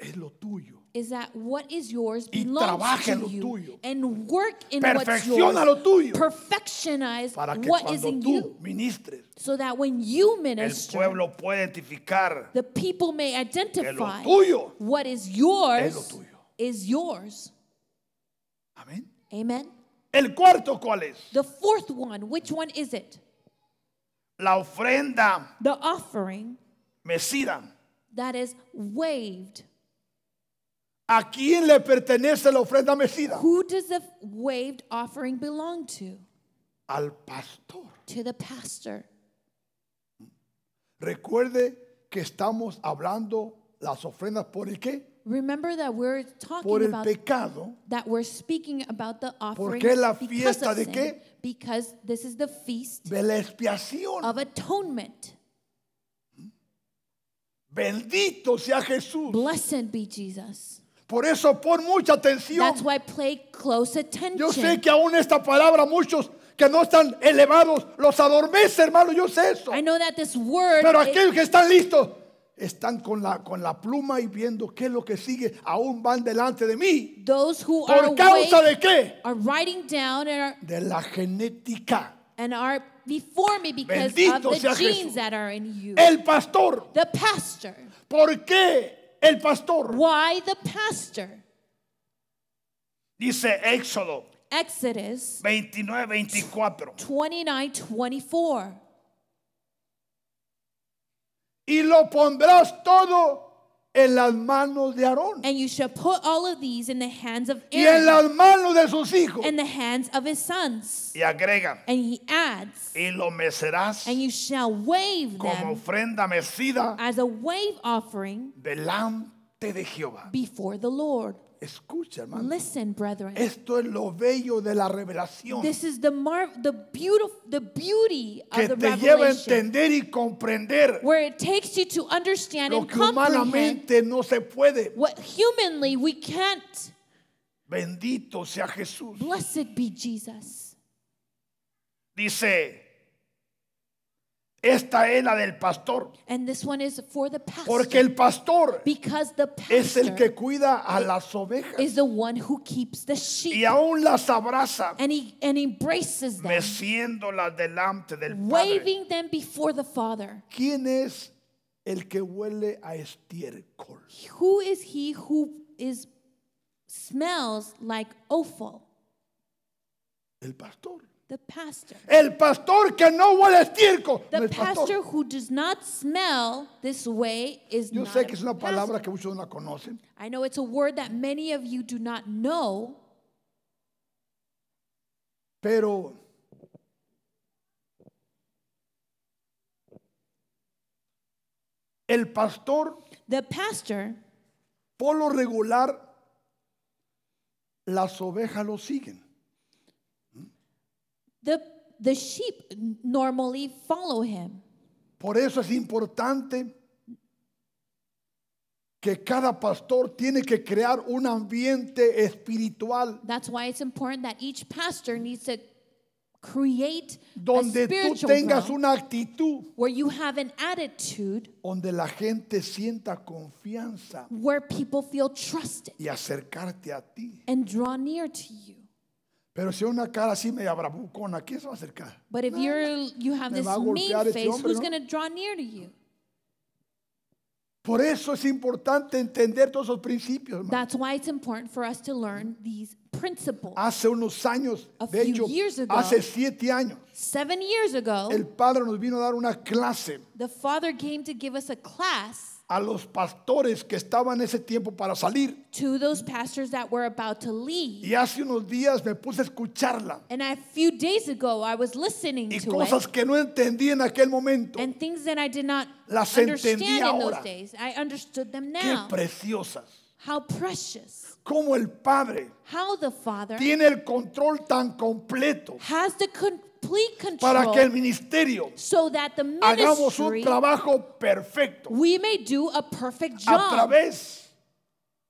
es lo tuyo.
is that what is yours
Y
belongs
trabaja
to
en lo
you
tuyo.
and work in what's yours.
Perfecciona lo tuyo
Perfectionize
para que
what is
cuando
in
tú
you
ministres,
so that when you
el
minister,
pueblo pueda identificar
the people may identify
tuyo
what is yours
tuyo.
is yours.
Amén.
Amen.
El cuarto, ¿cuál es?
The fourth one, which one is it?
La ofrenda
The offering
mesida.
that is waived.
¿A quién le pertenece la ofrenda mesida?
Who does the waived offering belong to?
Al pastor.
To the pastor.
Recuerde que estamos hablando las ofrendas por el qué?
Remember that we're talking
Por el
about
pecado.
that we're speaking about the offering
qué la
because
fiesta
of
de
sin,
qué?
because this is the feast
De la expiación.
of atonement.
Bendito sea Jesús.
Blessed be Jesus.
Por eso pon mucha atención.
That's why pay close attention.
Yo sé que aún esta palabra muchos que no están elevados los adormece, hermano. Yo sé eso.
I know that this word
Pero
it-
aquellos que están listos están con la, con la pluma y viendo qué es lo que sigue. Aún van delante de mí.
those who are
¿Por causa
awake
de qué?
are writing down and are
De la genética.
and are before me because of
Bendito sea
the
Jesús.
genes that are in you.
El pastor.
The pastor.
¿Por qué el pastor?
Why the pastor?
Dice Éxodo
Exodus
29, 24.
29 24.
Y lo pondrás todo en las manos de Aarón.
And you shall put all of these in the hands of
Y en
Aaron
las manos de sus hijos.
and the hands of his sons.
Y agrega.
And he adds,
Y lo mecerás
and you shall wave
como
them
ofrenda mecida
as a wave offering
delante de Jehová.
before the Lord.
Escucha, hermano.
Listen, brethren.
Esto es lo bello de la revelación.
This is the mar- the beautiful the beauty of
que
the
te lleva a
revelation
entender y comprender
where it takes you to understand
lo
and
que
comprehend
humanamente no se puede.
what humanly we can't.
Bendito sea Jesús.
Blessed be Jesus.
Dice, esta es la del pastor,
And this one is for the pastor.
porque el pastor
because the
es el que
pastor
cuida a las ovejas
is the one who keeps the sheep.
y aún las abraza,
and he and embraces them,
meciéndolas delante del Padre.
waving them before the Father.
¿Quién es el que huele a estiércol?
Who is he who is smells like offal?
El pastor.
The pastor.
El pastor que no huele a estiércol. no
The
es pastor.
pastor who does not smell this way is
Yo
not
sé que es
a
una palabra
pastor.
que muchos no la conocen.
I know it's a word that many of you do not know,
Pero el pastor,
the pastor,
por lo regular, las ovejas lo siguen.
the the sheep n- normally follow him.
Por eso es importante que cada pastor tiene que crear un ambiente espiritual
That's why it's important that each pastor needs to create a
donde tú
spiritual
tengas
realm
una actitud
where you have an attitude
donde la gente sienta confianza
where people feel trusted
y acercarte a ti.
and draw near to you.
Pero si es una cara así media bravucona, ¿quién se va a acercar?
But if you're you have
me
this
va a
mean
golpear este
face,
hombre,
who's
¿no?
going to draw near to you?
Por eso es importante entender todos esos principios. hermano.
That's why it's important for us to learn these principles.
Hace unos años,
A
de
few
hecho,
years ago, Oh.
hace siete años,
Seven years ago,
el padre nos vino a dar una clase
the father came to give us a class
a los pastores que estaban en ese tiempo para salir.
to those pastors that were about to leave.
Y hace unos días me puse a escucharla
And a few days ago, I was listening
y
to it.
cosas que no entendí en aquel momento.
And things that I did not
Las
understand
entendí
in those
ahora.
days, I understood them
Qué
now.
preciosas.
How precious.
Cómo el padre
How the Father
tiene el control tan completo
has the complete
para que el
control
ministerio
so that the
hagamos un
ministry,
trabajo perfecto
we may do a perfect
a
job
través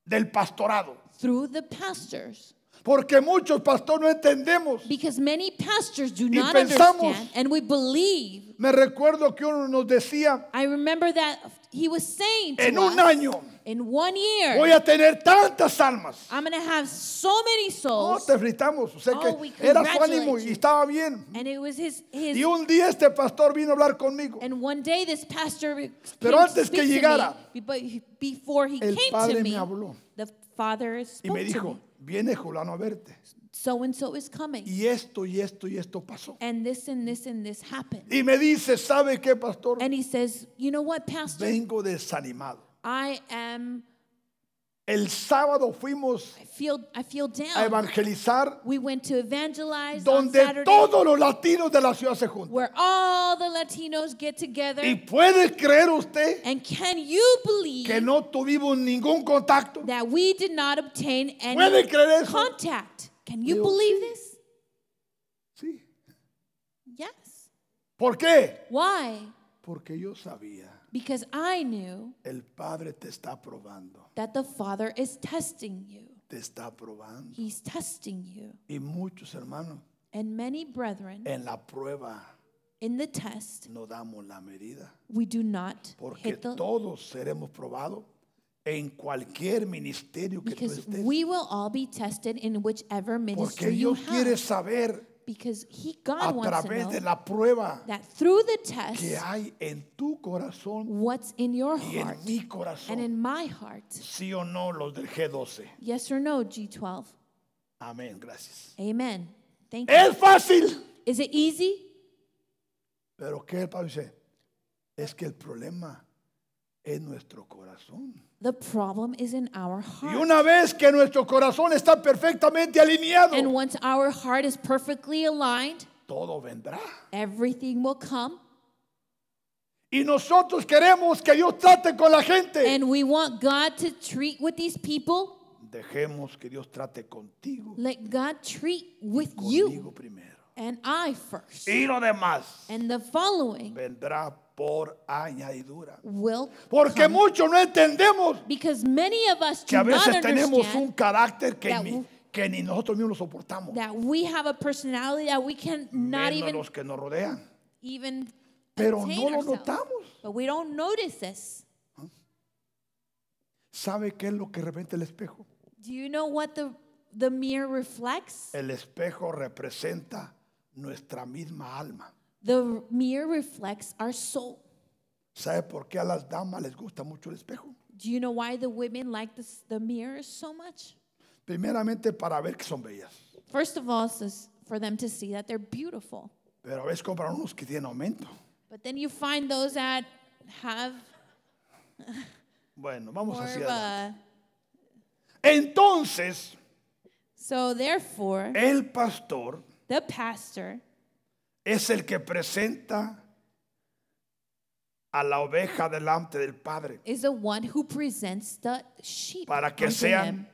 del pastorado.
through the pastors.
Porque muchos pastores no entendemos.
Because many pastors do
Y
not
pensamos-
understand and we believe.
Me recuerdo que uno nos decía,
I remember that he was saying to
en
us,
un año
in one year,
voy a tener tantas almas.
I'm going to have so many
No,
souls.
te felicitamos. O sea
Oh, we
que era su
congratulate
ánimo y
you.
estaba bien.
And it was his, his
Y un día este pastor vino a hablar conmigo.
And one day this pastor came
Pero
to
antes
speak
que
to me,
llegara,
be- but he- before he
el
came
padre me
to me,
habló.
the father
Y
spoke
me
to
dijo,
me.
viene Julano a verte.
So and so is coming,
Y esto y esto y esto pasó.
and this and this and this happened.
Y me dice, ¿sabe qué, pastor?
And he says, "You know what, pastor?
Vengo desanimado.
I am.
El sábado fuimos
I feel. I feel
a
down.
evangelizar
We went to evangelize on
donde
Saturday,
todos los latinos de la ciudad se juntan.
where all the Latinos get together.
¿Y puede creer usted
and can you believe
que no tuvimos ningún contacto?
that we did not obtain
¿Puede
any
creer eso?
contact? Can you
Digo,
believe
sí.
this?
Sí.
Yes.
¿Por qué?
Why?"
Porque yo sabía,
Because I knew
el Padre te está probando,
that the Father is testing you.
te está probando.
He's testing you.
Y muchos hermanos
And many brethren,
En la prueba
in the test,
no damos la medida,
we do not
porque
hit the.
todos seremos probados en cualquier ministerio que tú
Because
estés.
we will all be tested in whichever
Porque
ministry you
Dios quiere
have.
saber
Because He,
a
God wants to
través de
know
la prueba
that through the
que
test,
hay en tu corazón
what's in your
y
heart
en mi
and
corazón.
in my heart.
Sí o no, los del G12.
Yes or no, G12?
Amén, gracias.
Amen. Thank you.
Es fácil.
Is it easy?
Pero ¿qué el Pablo dice? Es que el problema es nuestro corazón.
The problem is in our
Y
heart.
una vez que nuestro corazón está perfectamente alineado,
And once our heart is perfectly aligned,
todo vendrá.
everything will come.
Y nosotros queremos que Dios trate con la gente.
And we want God to treat with these people.
Dejemos que Dios trate contigo,
Let God treat with you
conmigo primero.
and I first.
Y lo demás
And the following
vendrá por añadidura.
will
Porque
come.
muchos no entendemos
Because many of us
que a
do not
veces tenemos un
understand
carácter que
that
ni,
w-
que ni nosotros mismos lo soportamos.
that we have a personality that we can not
Menos
even
los que nos rodean.
even
Pero
attain
no lo
ourselves.
notamos.
But we don't notice this.
¿Sabe qué es lo que repente el espejo?
Do you know what the the mirror reflects?
El espejo representa nuestra misma alma.
The mirror reflects our soul.
¿Sabe por qué a las damas les gusta mucho el espejo?
Do you know why the women like this, the mirror so much?
Primeramente para ver que son bellas.
First of all, it's just for them to see that they're beautiful.
Pero a veces compran unos que tienen aumento.
But then you find those that
*laughs*
have
Bueno, vamos
more of
hacia adelante.
a.
Entonces,
So, therefore,
el pastor
the pastor
es el que presenta a la oveja delante del Padre
is the one who presents the sheep
para que
unto
sean
him,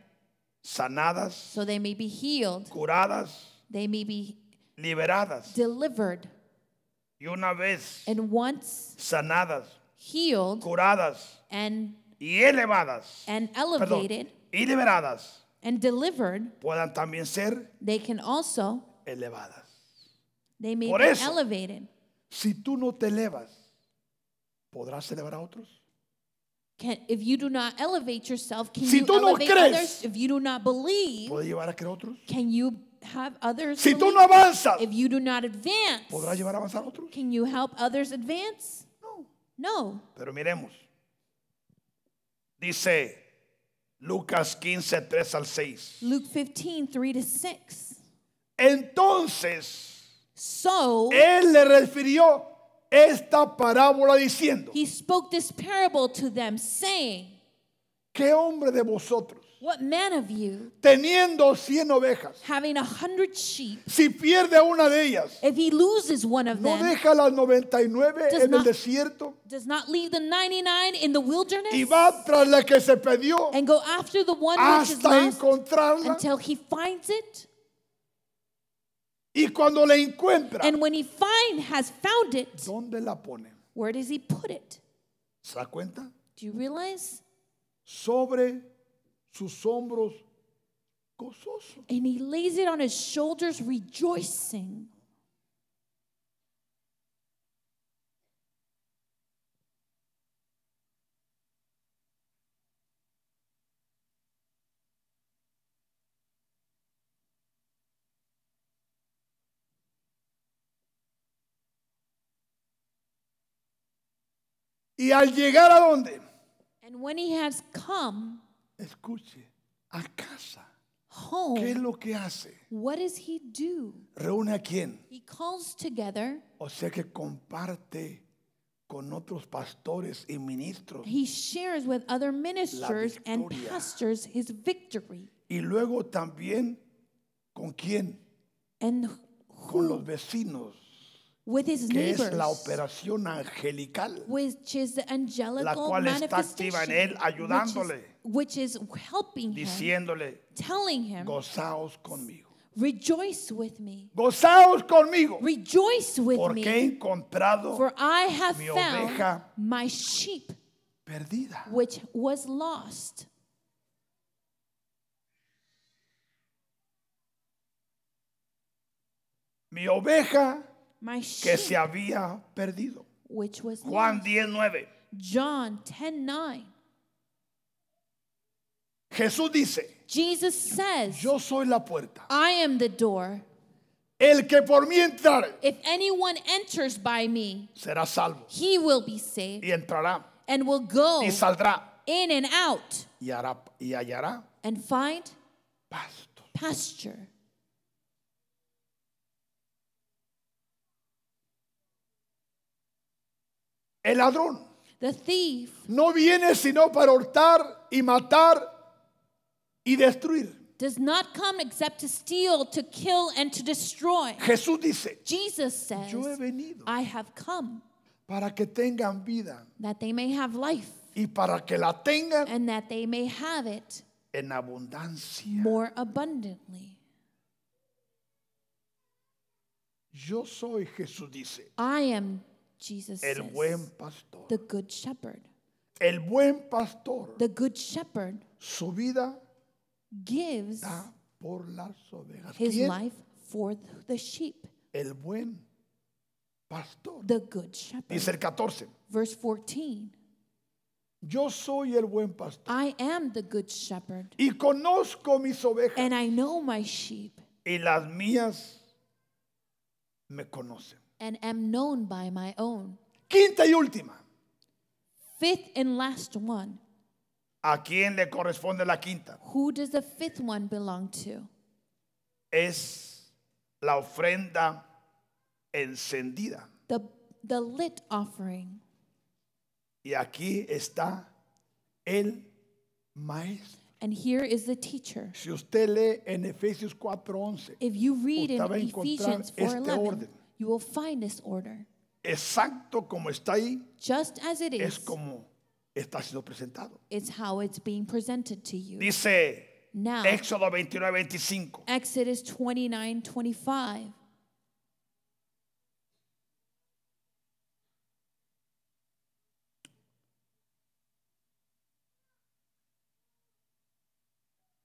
sanadas,
so they may be healed,
curadas,
they may be
liberadas.
delivered.
Y una vez
And once
sanadas,
healed
curadas
and,
y elevadas,
and
perdón,
elevated
y liberadas,
and delivered,
puedan también ser
they can also,
elevadas.
they may
Por
be
eso.
elevated.
Si tú no te elevas, ¿podrás elevar a otros?
Can, if you do not elevate yourself, can
Si
you
tú no
elevate
crees.
others? If you do not believe,
¿Puedes llevar a creer a otros?
can you have others?
Si tú
believe?
no avanzas,
if you do not advance,
¿podrás llevar a avanzar a otros?
can you help others advance?
No.
No.
Pero miremos. Dice Lucas 15, 3 al 6.
Luke 15, 3 to 6.
Entonces,
So
él le refirió esta parábola diciendo,
he spoke this parable to them, saying,
¿qué hombre de vosotros,
What man of you,
teniendo cien ovejas,
having a hundred sheep,
si pierde una de ellas,
if he loses one of
no
them,
deja las 99
Does
en el
not-
desierto
does not leave the 99 in the wilderness
y va tras la que se perdió
and go after the one which is
hasta
lost
encontrarla
until he finds it?
y cuando la encuentra,
And when he find has found it,
¿dónde la pone?
where does he put it?
¿Se da cuenta?
Do you realize?
Sobre sus hombros gozoso.
And he lays it on his shoulders, rejoicing.
Y al llegar a dónde?
And when he has come
Escuche, a casa. ¿Qué es
home,
lo que hace?
what does he do?
Reúne a quién?
He calls together,
O sea que comparte con otros pastores y ministros
he shares with other ministers and
victoria.
pastors his victory.
y luego también con quién?
And
Con
who?
los vecinos,
With his
que es la
neighbors,
operación angelical.
which is the angelical
cual está activa en él,
manifestation,
ayudándole.
which is, which is helping him,
diciéndole,
telling him,
gozaos conmigo.
rejoice with me,
Gozaos conmigo,
rejoice with
porque he
me,
encontrado
for I have
mi
found
oveja
my sheep.
perdida.
which was lost.
mi oveja
my
que se
sheep,
había perdido.
which was
Juan
lost.
19.
John 10 9.
Jesús dice,
Jesus says,
yo soy la puerta.
I am the door.
El que por mí entrar
If anyone enters by me,
será salvo
he will be saved
y entrará
and will go
y saldrá
in and out
y, hará, y hallará
and find
pasto.
pasture.
El ladrón
The thief
no viene sino para hurtar y matar y destruir.
does not come except to steal, to kill, and to destroy.
Jesús dice,
Jesus says,
yo he venido
I have come
para que tengan vida
that they may have life
y para que la tengan
and that they may have it
en abundancia.
more abundantly.
Yo soy, Jesús dice,
I am, Jesus
el
says,
buen pastor.
the good shepherd.
El buen pastor
The good shepherd
su vida
gives
da por las ovejas.
his
¿Quién?
life for the sheep.
El buen pastor.
The good shepherd.
Dice el 14.
Verse 14
Yo soy el buen pastor
I am the good shepherd,
y conozco mis ovejas
and I know my sheep,
y las mías me conocen.
and am known by my own.
Quinta y última.
Fifth and last one.
¿A quién le corresponde la quinta?
Who does the fifth one belong to?
Es la ofrenda encendida.
The, the lit offering.
Y aquí está el maestro.
And here is the teacher.
Si usted lee en Efesios 4:11,
If you read in
Usted va a encontrar
Ephesians
este
4:11,
orden.
you will find this order.
exacto como está ahí,
Just as it
es
is,
como está siendo presentado.
it's how it's being presented to you.
Dice
Now,
Éxodo 29, 25.
Exodus 29 25.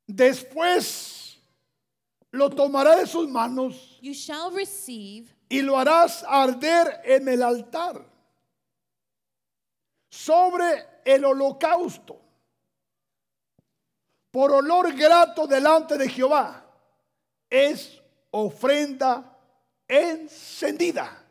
Después lo tomará de sus manos
You shall receive
y lo harás arder en el altar sobre el holocausto por olor grato delante de Jehová. Es ofrenda encendida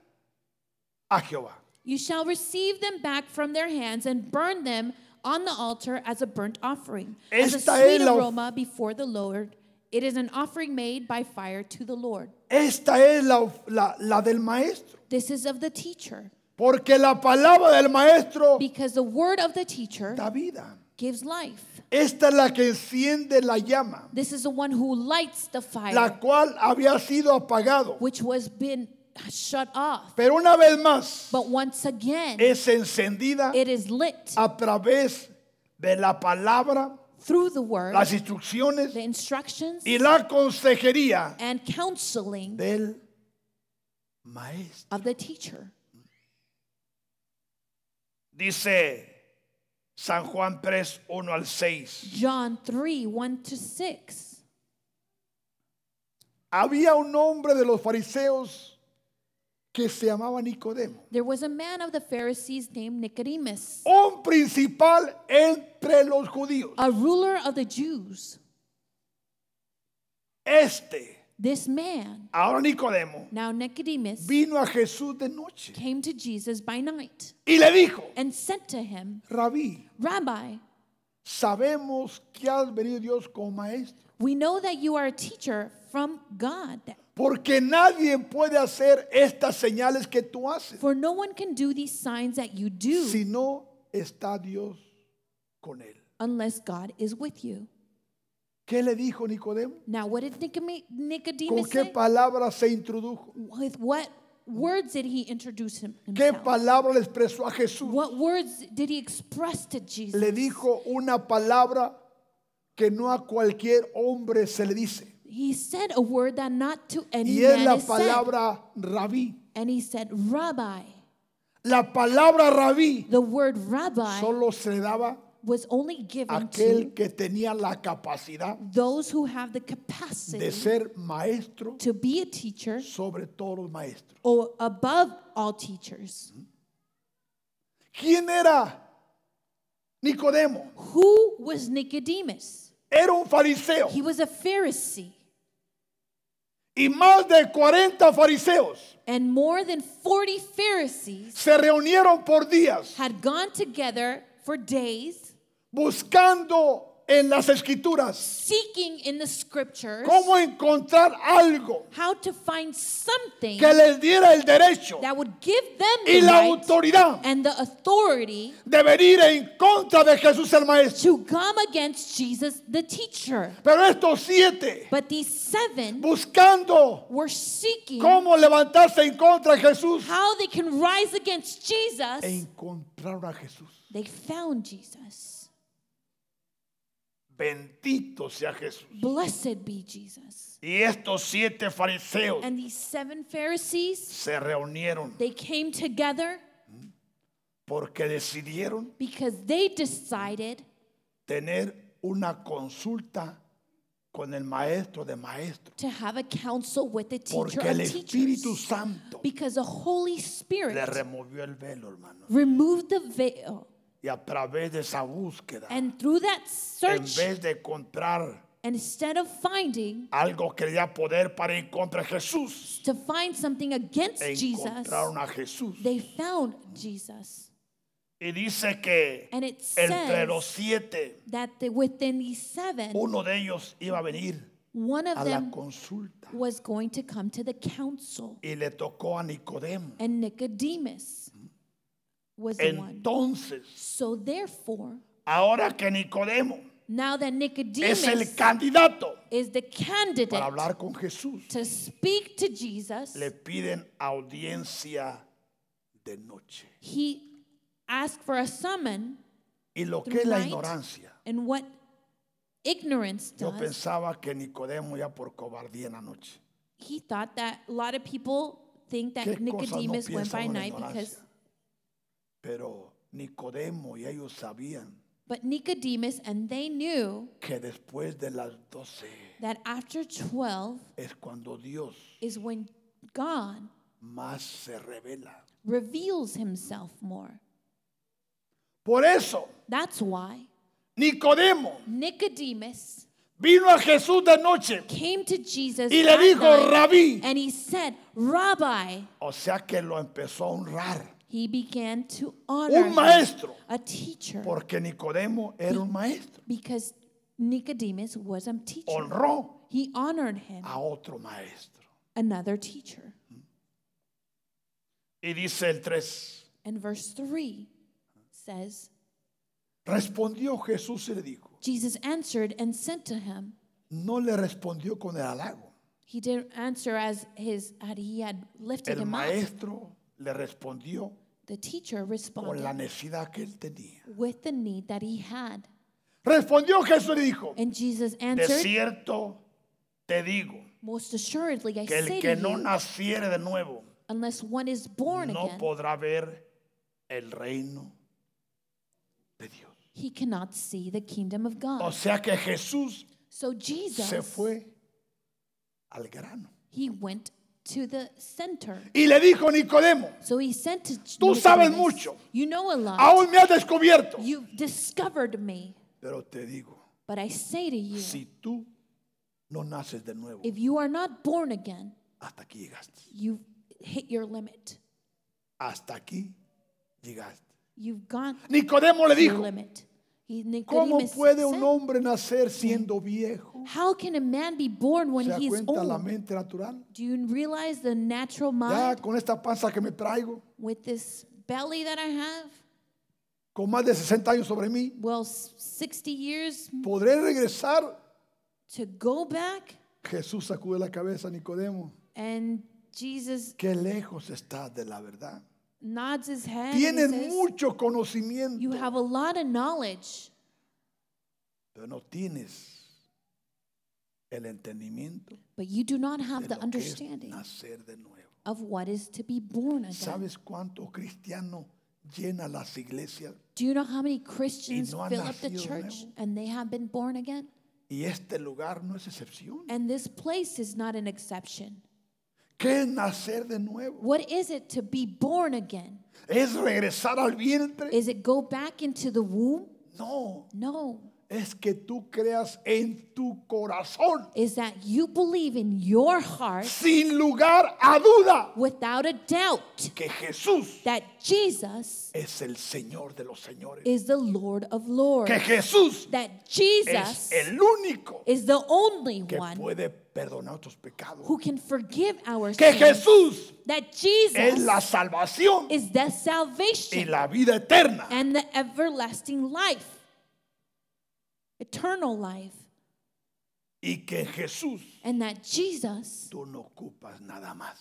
a Jehová.
You shall receive them back from their hands and burn them on the altar as a burnt offering, as a
Esta es
sweet
la of-
aroma before the Lord. It is an offering made by fire to the Lord.
Esta es la, of- la- la del maestro.
This is of the teacher,
Porque la palabra del maestro
because the word of the teacher
da vida.
gives life.
Esta es la que enciende la llama,
This is the one who lights the fire,
la cual había sido apagado.
which was been shut off.
Pero una vez más
But once again,
es encendida
it is lit
a través de la palabra,
through the word,
las instrucciones
the instructions,
y la consejería
and counseling
del maestro.
of the teacher.
Dice San Juan 3, 1 al 6.
John 3 1 to 6.
Había un hombre de los fariseos que se llamaba Nicodemo,
There was a man of the Pharisees named Nicodemus,
un principal entre los judíos.
a ruler of the Jews.
Este,
This man,
ahora Nicodemo,
now Nicodemus,
vino a Jesús de noche
came to Jesus by night
y le dijo,
and said to him,
Rabí,
Rabbi,
sabemos que has venido Dios como maestro,
we know that you are a teacher from God,
porque nadie puede hacer estas señales que tú haces
for no one can do these signs that you do
si no está Dios con él.
unless God is with you.
¿Qué le dijo Nicodemo?
Now, what did Nicome-
¿Con
Nicodemus
qué
say?
palabra se introdujo?
With what words did he introduce him-
¿Qué
himself?
palabra le expresó a Jesús?
What words did he express to Jesus?
Le dijo una palabra que no a cualquier hombre se le dice.
He said a word that not to any
Y es
man
la
is
palabra rabí.
said. And he said, Rabbi.
La palabra rabí
The word rabbi
solo se le daba
was only given
aquel
to
que tenía la capacidad
those who have the
de
capacity
ser maestro
to be a teacher
sobre todos los maestros.
or above all teachers.
¿Quién era Nicodemo?
Who was Nicodemus?
Era un fariseo
He was a Pharisee,
y más de 40 fariseos
and more than 40 Pharisees
se reunieron por días
had gone together for days
buscando en las escrituras
seeking in the scriptures
cómo encontrar algo
how to find something
que les diera el derecho
that would give them
y
the
la
right
autoridad
and the authority
de venir en contra de Jesús el Maestro.
to come against Jesus the teacher.
Pero estos siete,
But these seven
buscando
were seeking
cómo levantarse en contra de Jesús,
how they can rise against Jesus.
encontraron a Jesús.
They found Jesus.
Bendito sea Jesús.
Blessed be Jesus.
Y estos siete fariseos
And these seven Pharisees,
se reunieron
they came together
porque decidieron
because they decided
tener una consulta con el maestro de maestros.
to have a council with the teacher
Porque el
of teachers.
Espíritu Santo
Because the Holy
le
Spirit
removió el velo, hermano.
removed the veil.
Y a través de esa búsqueda,
And through that
en
search,
vez de encontrar
instead of finding,
algo que le da poder para ir contra Jesús,
to find something against Jesus,
encontraron a Jesús.
they found Jesus.
Y dice que
And it
entre los
says
siete,
that the, within these seven,
uno de ellos iba a venir
one of
a la
them
consulta.
was going to come to the council.
Y le tocó a Nicodemo.
And Nicodemus was the one.
Entonces,
So therefore,
ahora que Nicodemo
now that
es el
Nicodemus
candidato
is the
para
candidate
hablar con Jesús,
to speak to Jesus,
le piden audiencia de noche.
he asked for a summon.
Y lo que es la
Right.
ignorancia.
And what ignorance
Yo
does,
pensaba que Nicodemo ya por cobardía en la noche.
he thought that a lot of people think
¿Qué
that
cosas no
Nicodemus went
piensa
by
uno en
night
ignorancia?
because,
Pero Nicodemo y ellos sabían
but Nicodemus and they knew
que después de las 12
that after 12
es cuando Dios
is when God
más se revela.
reveals himself more.
Por eso,
That's why
Nicodemo
Nicodemus
vino a Jesús de noche
came to Jesus
y le
at
dijo,
night,
rabí.
and he said, Rabbi,
O sea que lo empezó a honrar.
he began to honor
Un
him,
maestro.
a teacher
Porque Nicodemo era un maestro.
because Nicodemus was a teacher.
Honró
He honored him,
a otro maestro.
another teacher.
Y dice el 3.
And verse 3 says,
Respondió Jesús y le dijo.
Jesus answered and said to him,
No le respondió con el halago.
He didn't answer as his had he had lifted
El
him up.
maestro le respondió
The teacher
con
responded
la necesidad que él tenía.
with the need that he had.
Respondió Jesús y le dijo.
And Jesus
De
answered,
cierto te digo
Most assuredly, I
que
say
el que
to
no
you,
naciere de nuevo
unless one is born
no
again,
podrá ver el reino de Dios.
he cannot see the kingdom of
O
God.
sea que Jesús
So Jesus,
se fue al grano.
he went to the center.
Y le dijo Nicodemo,
So he sent to
Tú sabes
Nicodemus,
mucho.
You know a lot.
aún me has descubierto.
You've discovered me,
Pero te digo,
but I say to you,
si tú no naces de nuevo,
if you are not born again,
hasta aquí llegaste.
you've hit your limit.
Hasta aquí llegaste.
You've gone
Nicodemo le
to your
dijo,
limit. He,
¿cómo
Nicodemus
puede un
said,
hombre nacer siendo viejo?
How can a man be born when
¿Se da
he is
cuenta la
old?
mente natural?
Do you realize the natural
Ya
mind
con esta panza que me traigo,
with this belly that I have?
con más de 60 años sobre mí,
Well, s- 60 years
¿podré regresar?
to go back,
Jesús sacude la cabeza a Nicodemo.
and Jesus
Qué lejos estás de la verdad.
nods his head. and he
Tienes
says,
mucho
You
conocimiento,
have a lot of knowledge,
pero no tienes el entendimiento
but you do not
de
have the
lo que es
understanding
nacer de nuevo.
of what is to be born again.
¿Sabes cuántos cristianos llena las iglesias
Do you know how many Christians
no han
fill up the
nacido de
church
nuevo.
and they have been born again?
y este lugar no es excepción.
And this place is not an exception.
¿Qué es nacer de nuevo?
What is it to be born again?
¿Es regresar al vientre?
Is it go back into the womb?
No,
No.
es que tú creas en tu corazón,
Is that you believe in your heart
sin lugar a duda,
without a doubt
que Jesús
that Jesus
es el Señor de los señores,
is the Lord of Lords,
que Jesús
that
es
Jesus
el único
is the only
que
one
puede perdonar tus pecados,
who can forgive our
que
sins,
Jesús
that
es
Jesus
la salvación
is the
y
salvation
la vida eterna.
and the everlasting life, eternal life,
y que en Jesús
and that Jesus,
tú no ocupas nada más.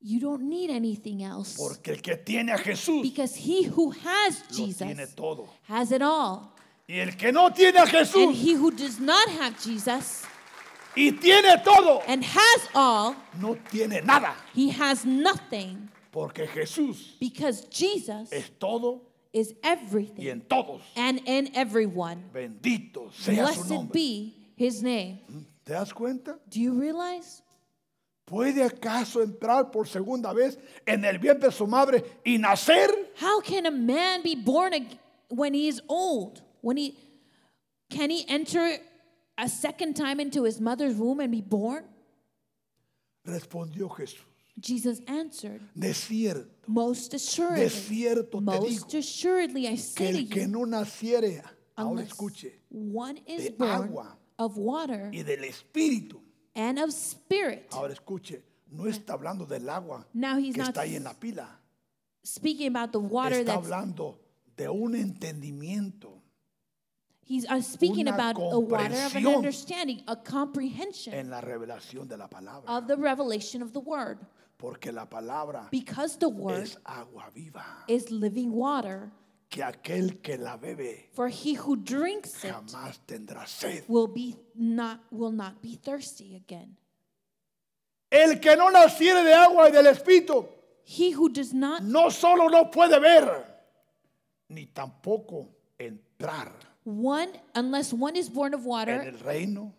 you don't need anything else
Porque el que tiene a Jesús
because he who has
lo tiene
Jesus
todo.
has it all.
Y el que no tiene a
And
Jesús
he who does not have Jesus
y tiene todo,
and has all,
no tiene nada.
he has nothing
Porque Jesús
because Jesus
es todo
is
y
everything
en todos.
and in everyone.
Bendito sea su
Blessed
nombre.
be his name.
¿Te das cuenta?
Do you realize?
¿Puede acaso entrar por segunda vez en el vientre de su madre y nacer?
How can a man be born ag- when he is old? When he can he enter a second time into his mother's womb and be born?
Respondió Jesús.
Jesus answered,
De cierto,
Most
de
assuredly,
cierto te digo
most assuredly, I
que
say to
el que
you,
no naciere, ahora
unless
escuche,
one is
de
born
agua
of water
y del espíritu.
and of spirit.
Ahora escuche, no está hablando del agua
Now he's
que
not
está ahí en la pila.
speaking about the water
Está
that's
hablando de un entendimiento
he's uh, speaking
una
about a water of an
comprensión.
understanding, a comprehension
en la revelación de la palabra,
of the revelation of the word,
porque la palabra
because the word
es agua viva,
is living water.
que aquel que la bebe
For he who drinks it
jamás tendrá sed.
will be not will not be thirsty again.
El que no naciere de agua y del espíritu
He who does not
no solo no puede ver, ni tampoco entrar
one unless one is born of
en
water
el reino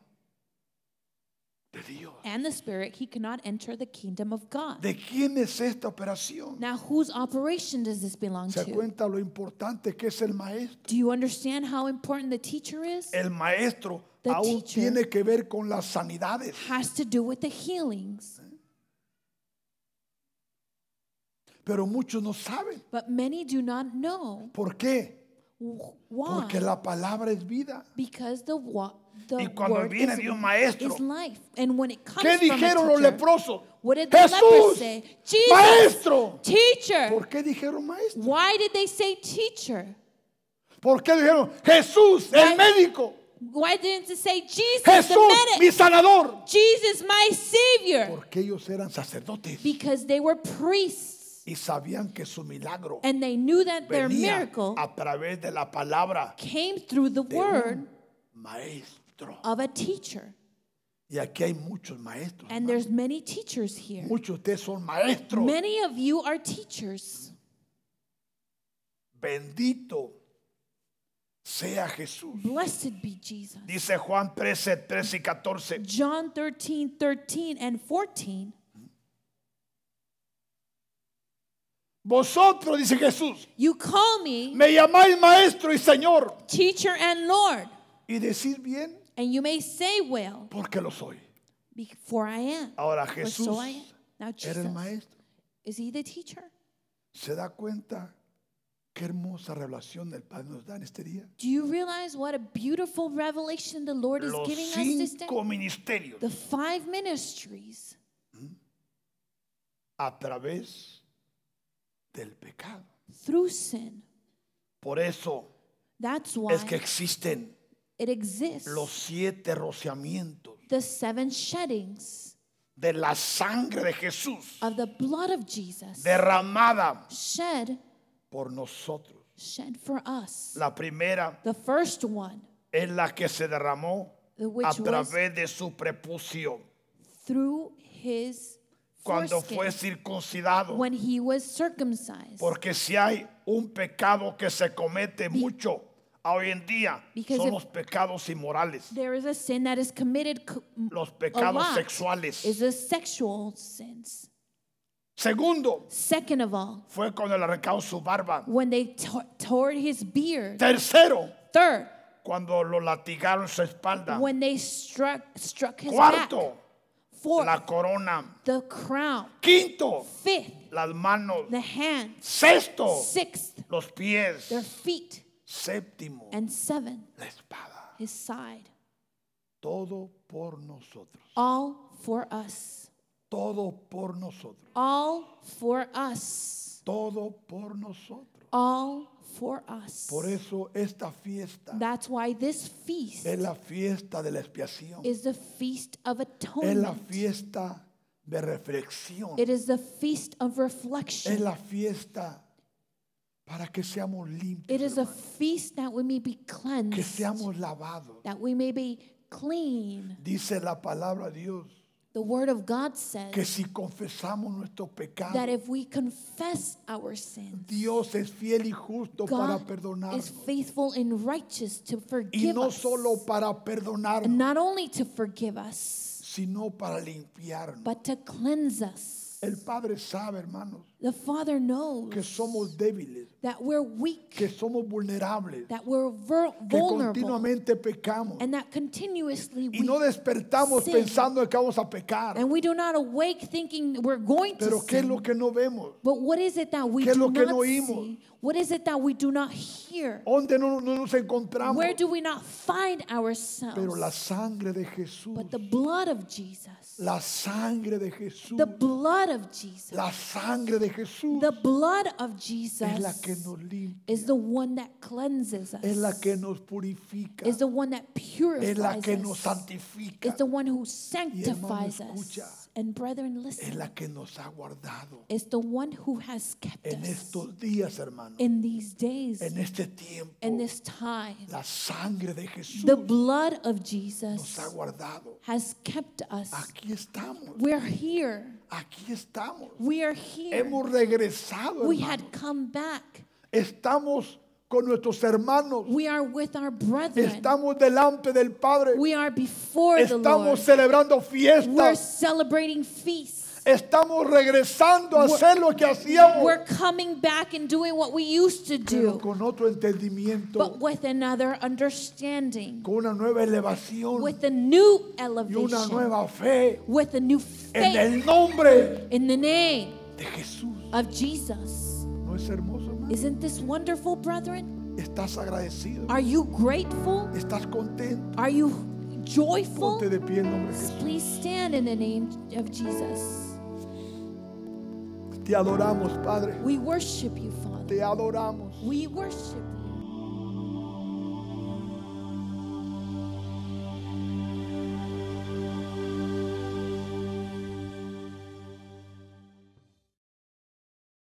de Dios.
and the spirit, he cannot enter the kingdom of God.
¿De quién es esta operación?
Now whose operation does this belong
¿Se
to?
cuenta lo importante que es el maestro?
Do you understand how important the teacher is?
El maestro
The
aún
teacher.
tiene que ver con las sanidades,
Has to do with the healings.
pero muchos no saben.
But many do not know
¿Por qué?
wh-
Porque
why.
la palabra es vida.
Because the, wa- the
Y cuando
word
viene
is,
de un maestro,
is life. And when it comes
¿Qué
from a
dijeron los
teacher,
leprosos?
What did the lepers
Jesús,
say? Jesus,
maestro.
teacher.
¿Por qué dijeron maestro?
Why did they say teacher?
¿Por qué dijeron Jesús, el
Maestro.
médico?
Why didn't they say Jesus,
Jesús,
the
mi
medic?
sanador.
Jesus, my savior?
Porque ellos eran sacerdotes
Because they were priests
y sabían que su milagro
and they knew that their
venía
miracle
a través de la palabra
came through the
de un
word
maestro.
of a teacher.
Y aquí hay muchos maestros.
And there's many teachers here.
Muchos de ustedes son maestros.
Many of you are teachers.
Bendito sea Jesús.
Blessed be Jesus.
Dice Juan 13, 13 y 14.
John 13, 13 and 14.
Vosotros, dice Jesús,
You call me
me llamáis maestro y señor.
teacher and Lord.
Y decís bien,
And you may say, Well,
porque lo soy.
be- for I am.
Ahora
For Pues so I
Jesús
am. Now,
Oh, era el
Jesus,
maestro.
is he the teacher?
¿Se da cuenta qué hermosa revelación el Padre nos da en este día?
Do you realize what a beautiful revelation the Lord is
Los
giving us this day?
cinco ministerios
The five ministries
a través del pecado.
through sin.
Por eso
That's why
es que existen
it exists.
los siete rociamientos
The seven sheddings
de la sangre de Jesús
of the blood of Jesus
derramada
shed,
por nosotros.
shed for us.
La primera
The first one,
es la que se derramó
the which
a
was
través de su prepucio.
through his
cuando
foreskin
fue circuncidado.
when he was circumcised.
Porque si hay un pecado que se comete mucho hoy en día,
Because
son
if-
los pecados inmorales,
There is a sin that is committed co- m-
los
a
pecados
lot is
sexuales.
the sexual sins.
Segundo,
Second of all,
fue cuando le arrancaron su barba.
when they to- tore his beard.
Tercero,
Third,
cuando lo latigaron su espalda.
when they struck struck his back.
Cuarto,
Fourth,
la corona.
the crown.
Quinto,
Fifth,
las manos.
the hand.
Sexto,
Sixth,
los pies.
their feet.
Séptimo,
And seventh,
la espada.
his side.
Todo por nosotros.
All for us.
Todo por nosotros.
All for us.
Todo por nosotros.
All for us.
Por eso esta fiesta
That's why this feast
es la fiesta de la expiación,
is the feast of
es la
atonement.
fiesta de reflexión,
It is the feast of
es
reflection.
la fiesta para que seamos limpios,
It is a
hermano,
feast that we may be
que
cleansed,
seamos lavados.
that we may be clean.
Dice la palabra de Dios
The Word of God
que
says
si confesamos nuestros
that
pecados,
if we confess our sins,
Dios es fiel y justo para
God
perdonarnos
is faithful and righteous to
y
forgive
no
us.
solo para
And
perdonarnos,
not only to forgive us,
sino para limpiarnos.
but to cleanse us.
El Padre sabe, hermanos,
The
que
Father knows
somos débiles,
that we're weak,
que somos vulnerables.
that we're vul-
que
vulnerable,
continuamente pecamos
and that continuously
y no
we
despertamos
sin.
pensando que vamos a pecar.
and we do not awake thinking we're going to
Pero ¿qué es
sin.
lo que no vemos?
But what is it that we
¿Qué es lo
do
que
not
no oímos?
see? What is it that we do not hear?
¿Dónde no, no nos encontramos?
Where do we not find ourselves?
Pero la sangre de Jesús,
but the blood of Jesus.
la sangre de Jesús,
The blood of Jesus.
la sangre de Jesús
the blood of Jesus
es la que nos limpia,
is the one that cleanses us.
es la que nos purifica,
is the one that purifies
es la que nos
us.
santifica,
is the one who sanctifies
escucha.
us. And brethren,
es
listen.
la que nos ha guardado
Is the one who has kept
en
us
estos días, hermano,
in these days,
en este tiempo.
in this time.
La sangre de Jesús
The blood of
nos
Jesus
ha guardado.
has kept us.
Aquí estamos.
We're here.
Aquí estamos.
We are here.
Hemos regresado.
We
hermano.
had come back.
Estamos con nuestros hermanos.
We are with our brethren.
Estamos delante del Padre.
We are before the
Estamos
Lord.
celebrando
We're
fiestas.
celebrating feasts.
Estamos regresando a
We're-
hacer lo que hacíamos.
We're coming back and doing what we used to
Pero
do,
con otro entendimiento,
but with another understanding,
con una nueva elevación
with a new
y una
elevation,
nueva fe
with a
en
new faith
el nombre
in the name
de Jesús.
of Jesus.
¿No es hermoso, hermano?
Isn't this wonderful, brethren?
Estás agradecido.
Are you grateful?
Estás contento.
Are you joyful?
Ponte de pie en nombre de Jesús.
Please stand in the name of Jesus.
Te adoramos, Padre.
We worship you, Father.
Te adoramos.
We worship you.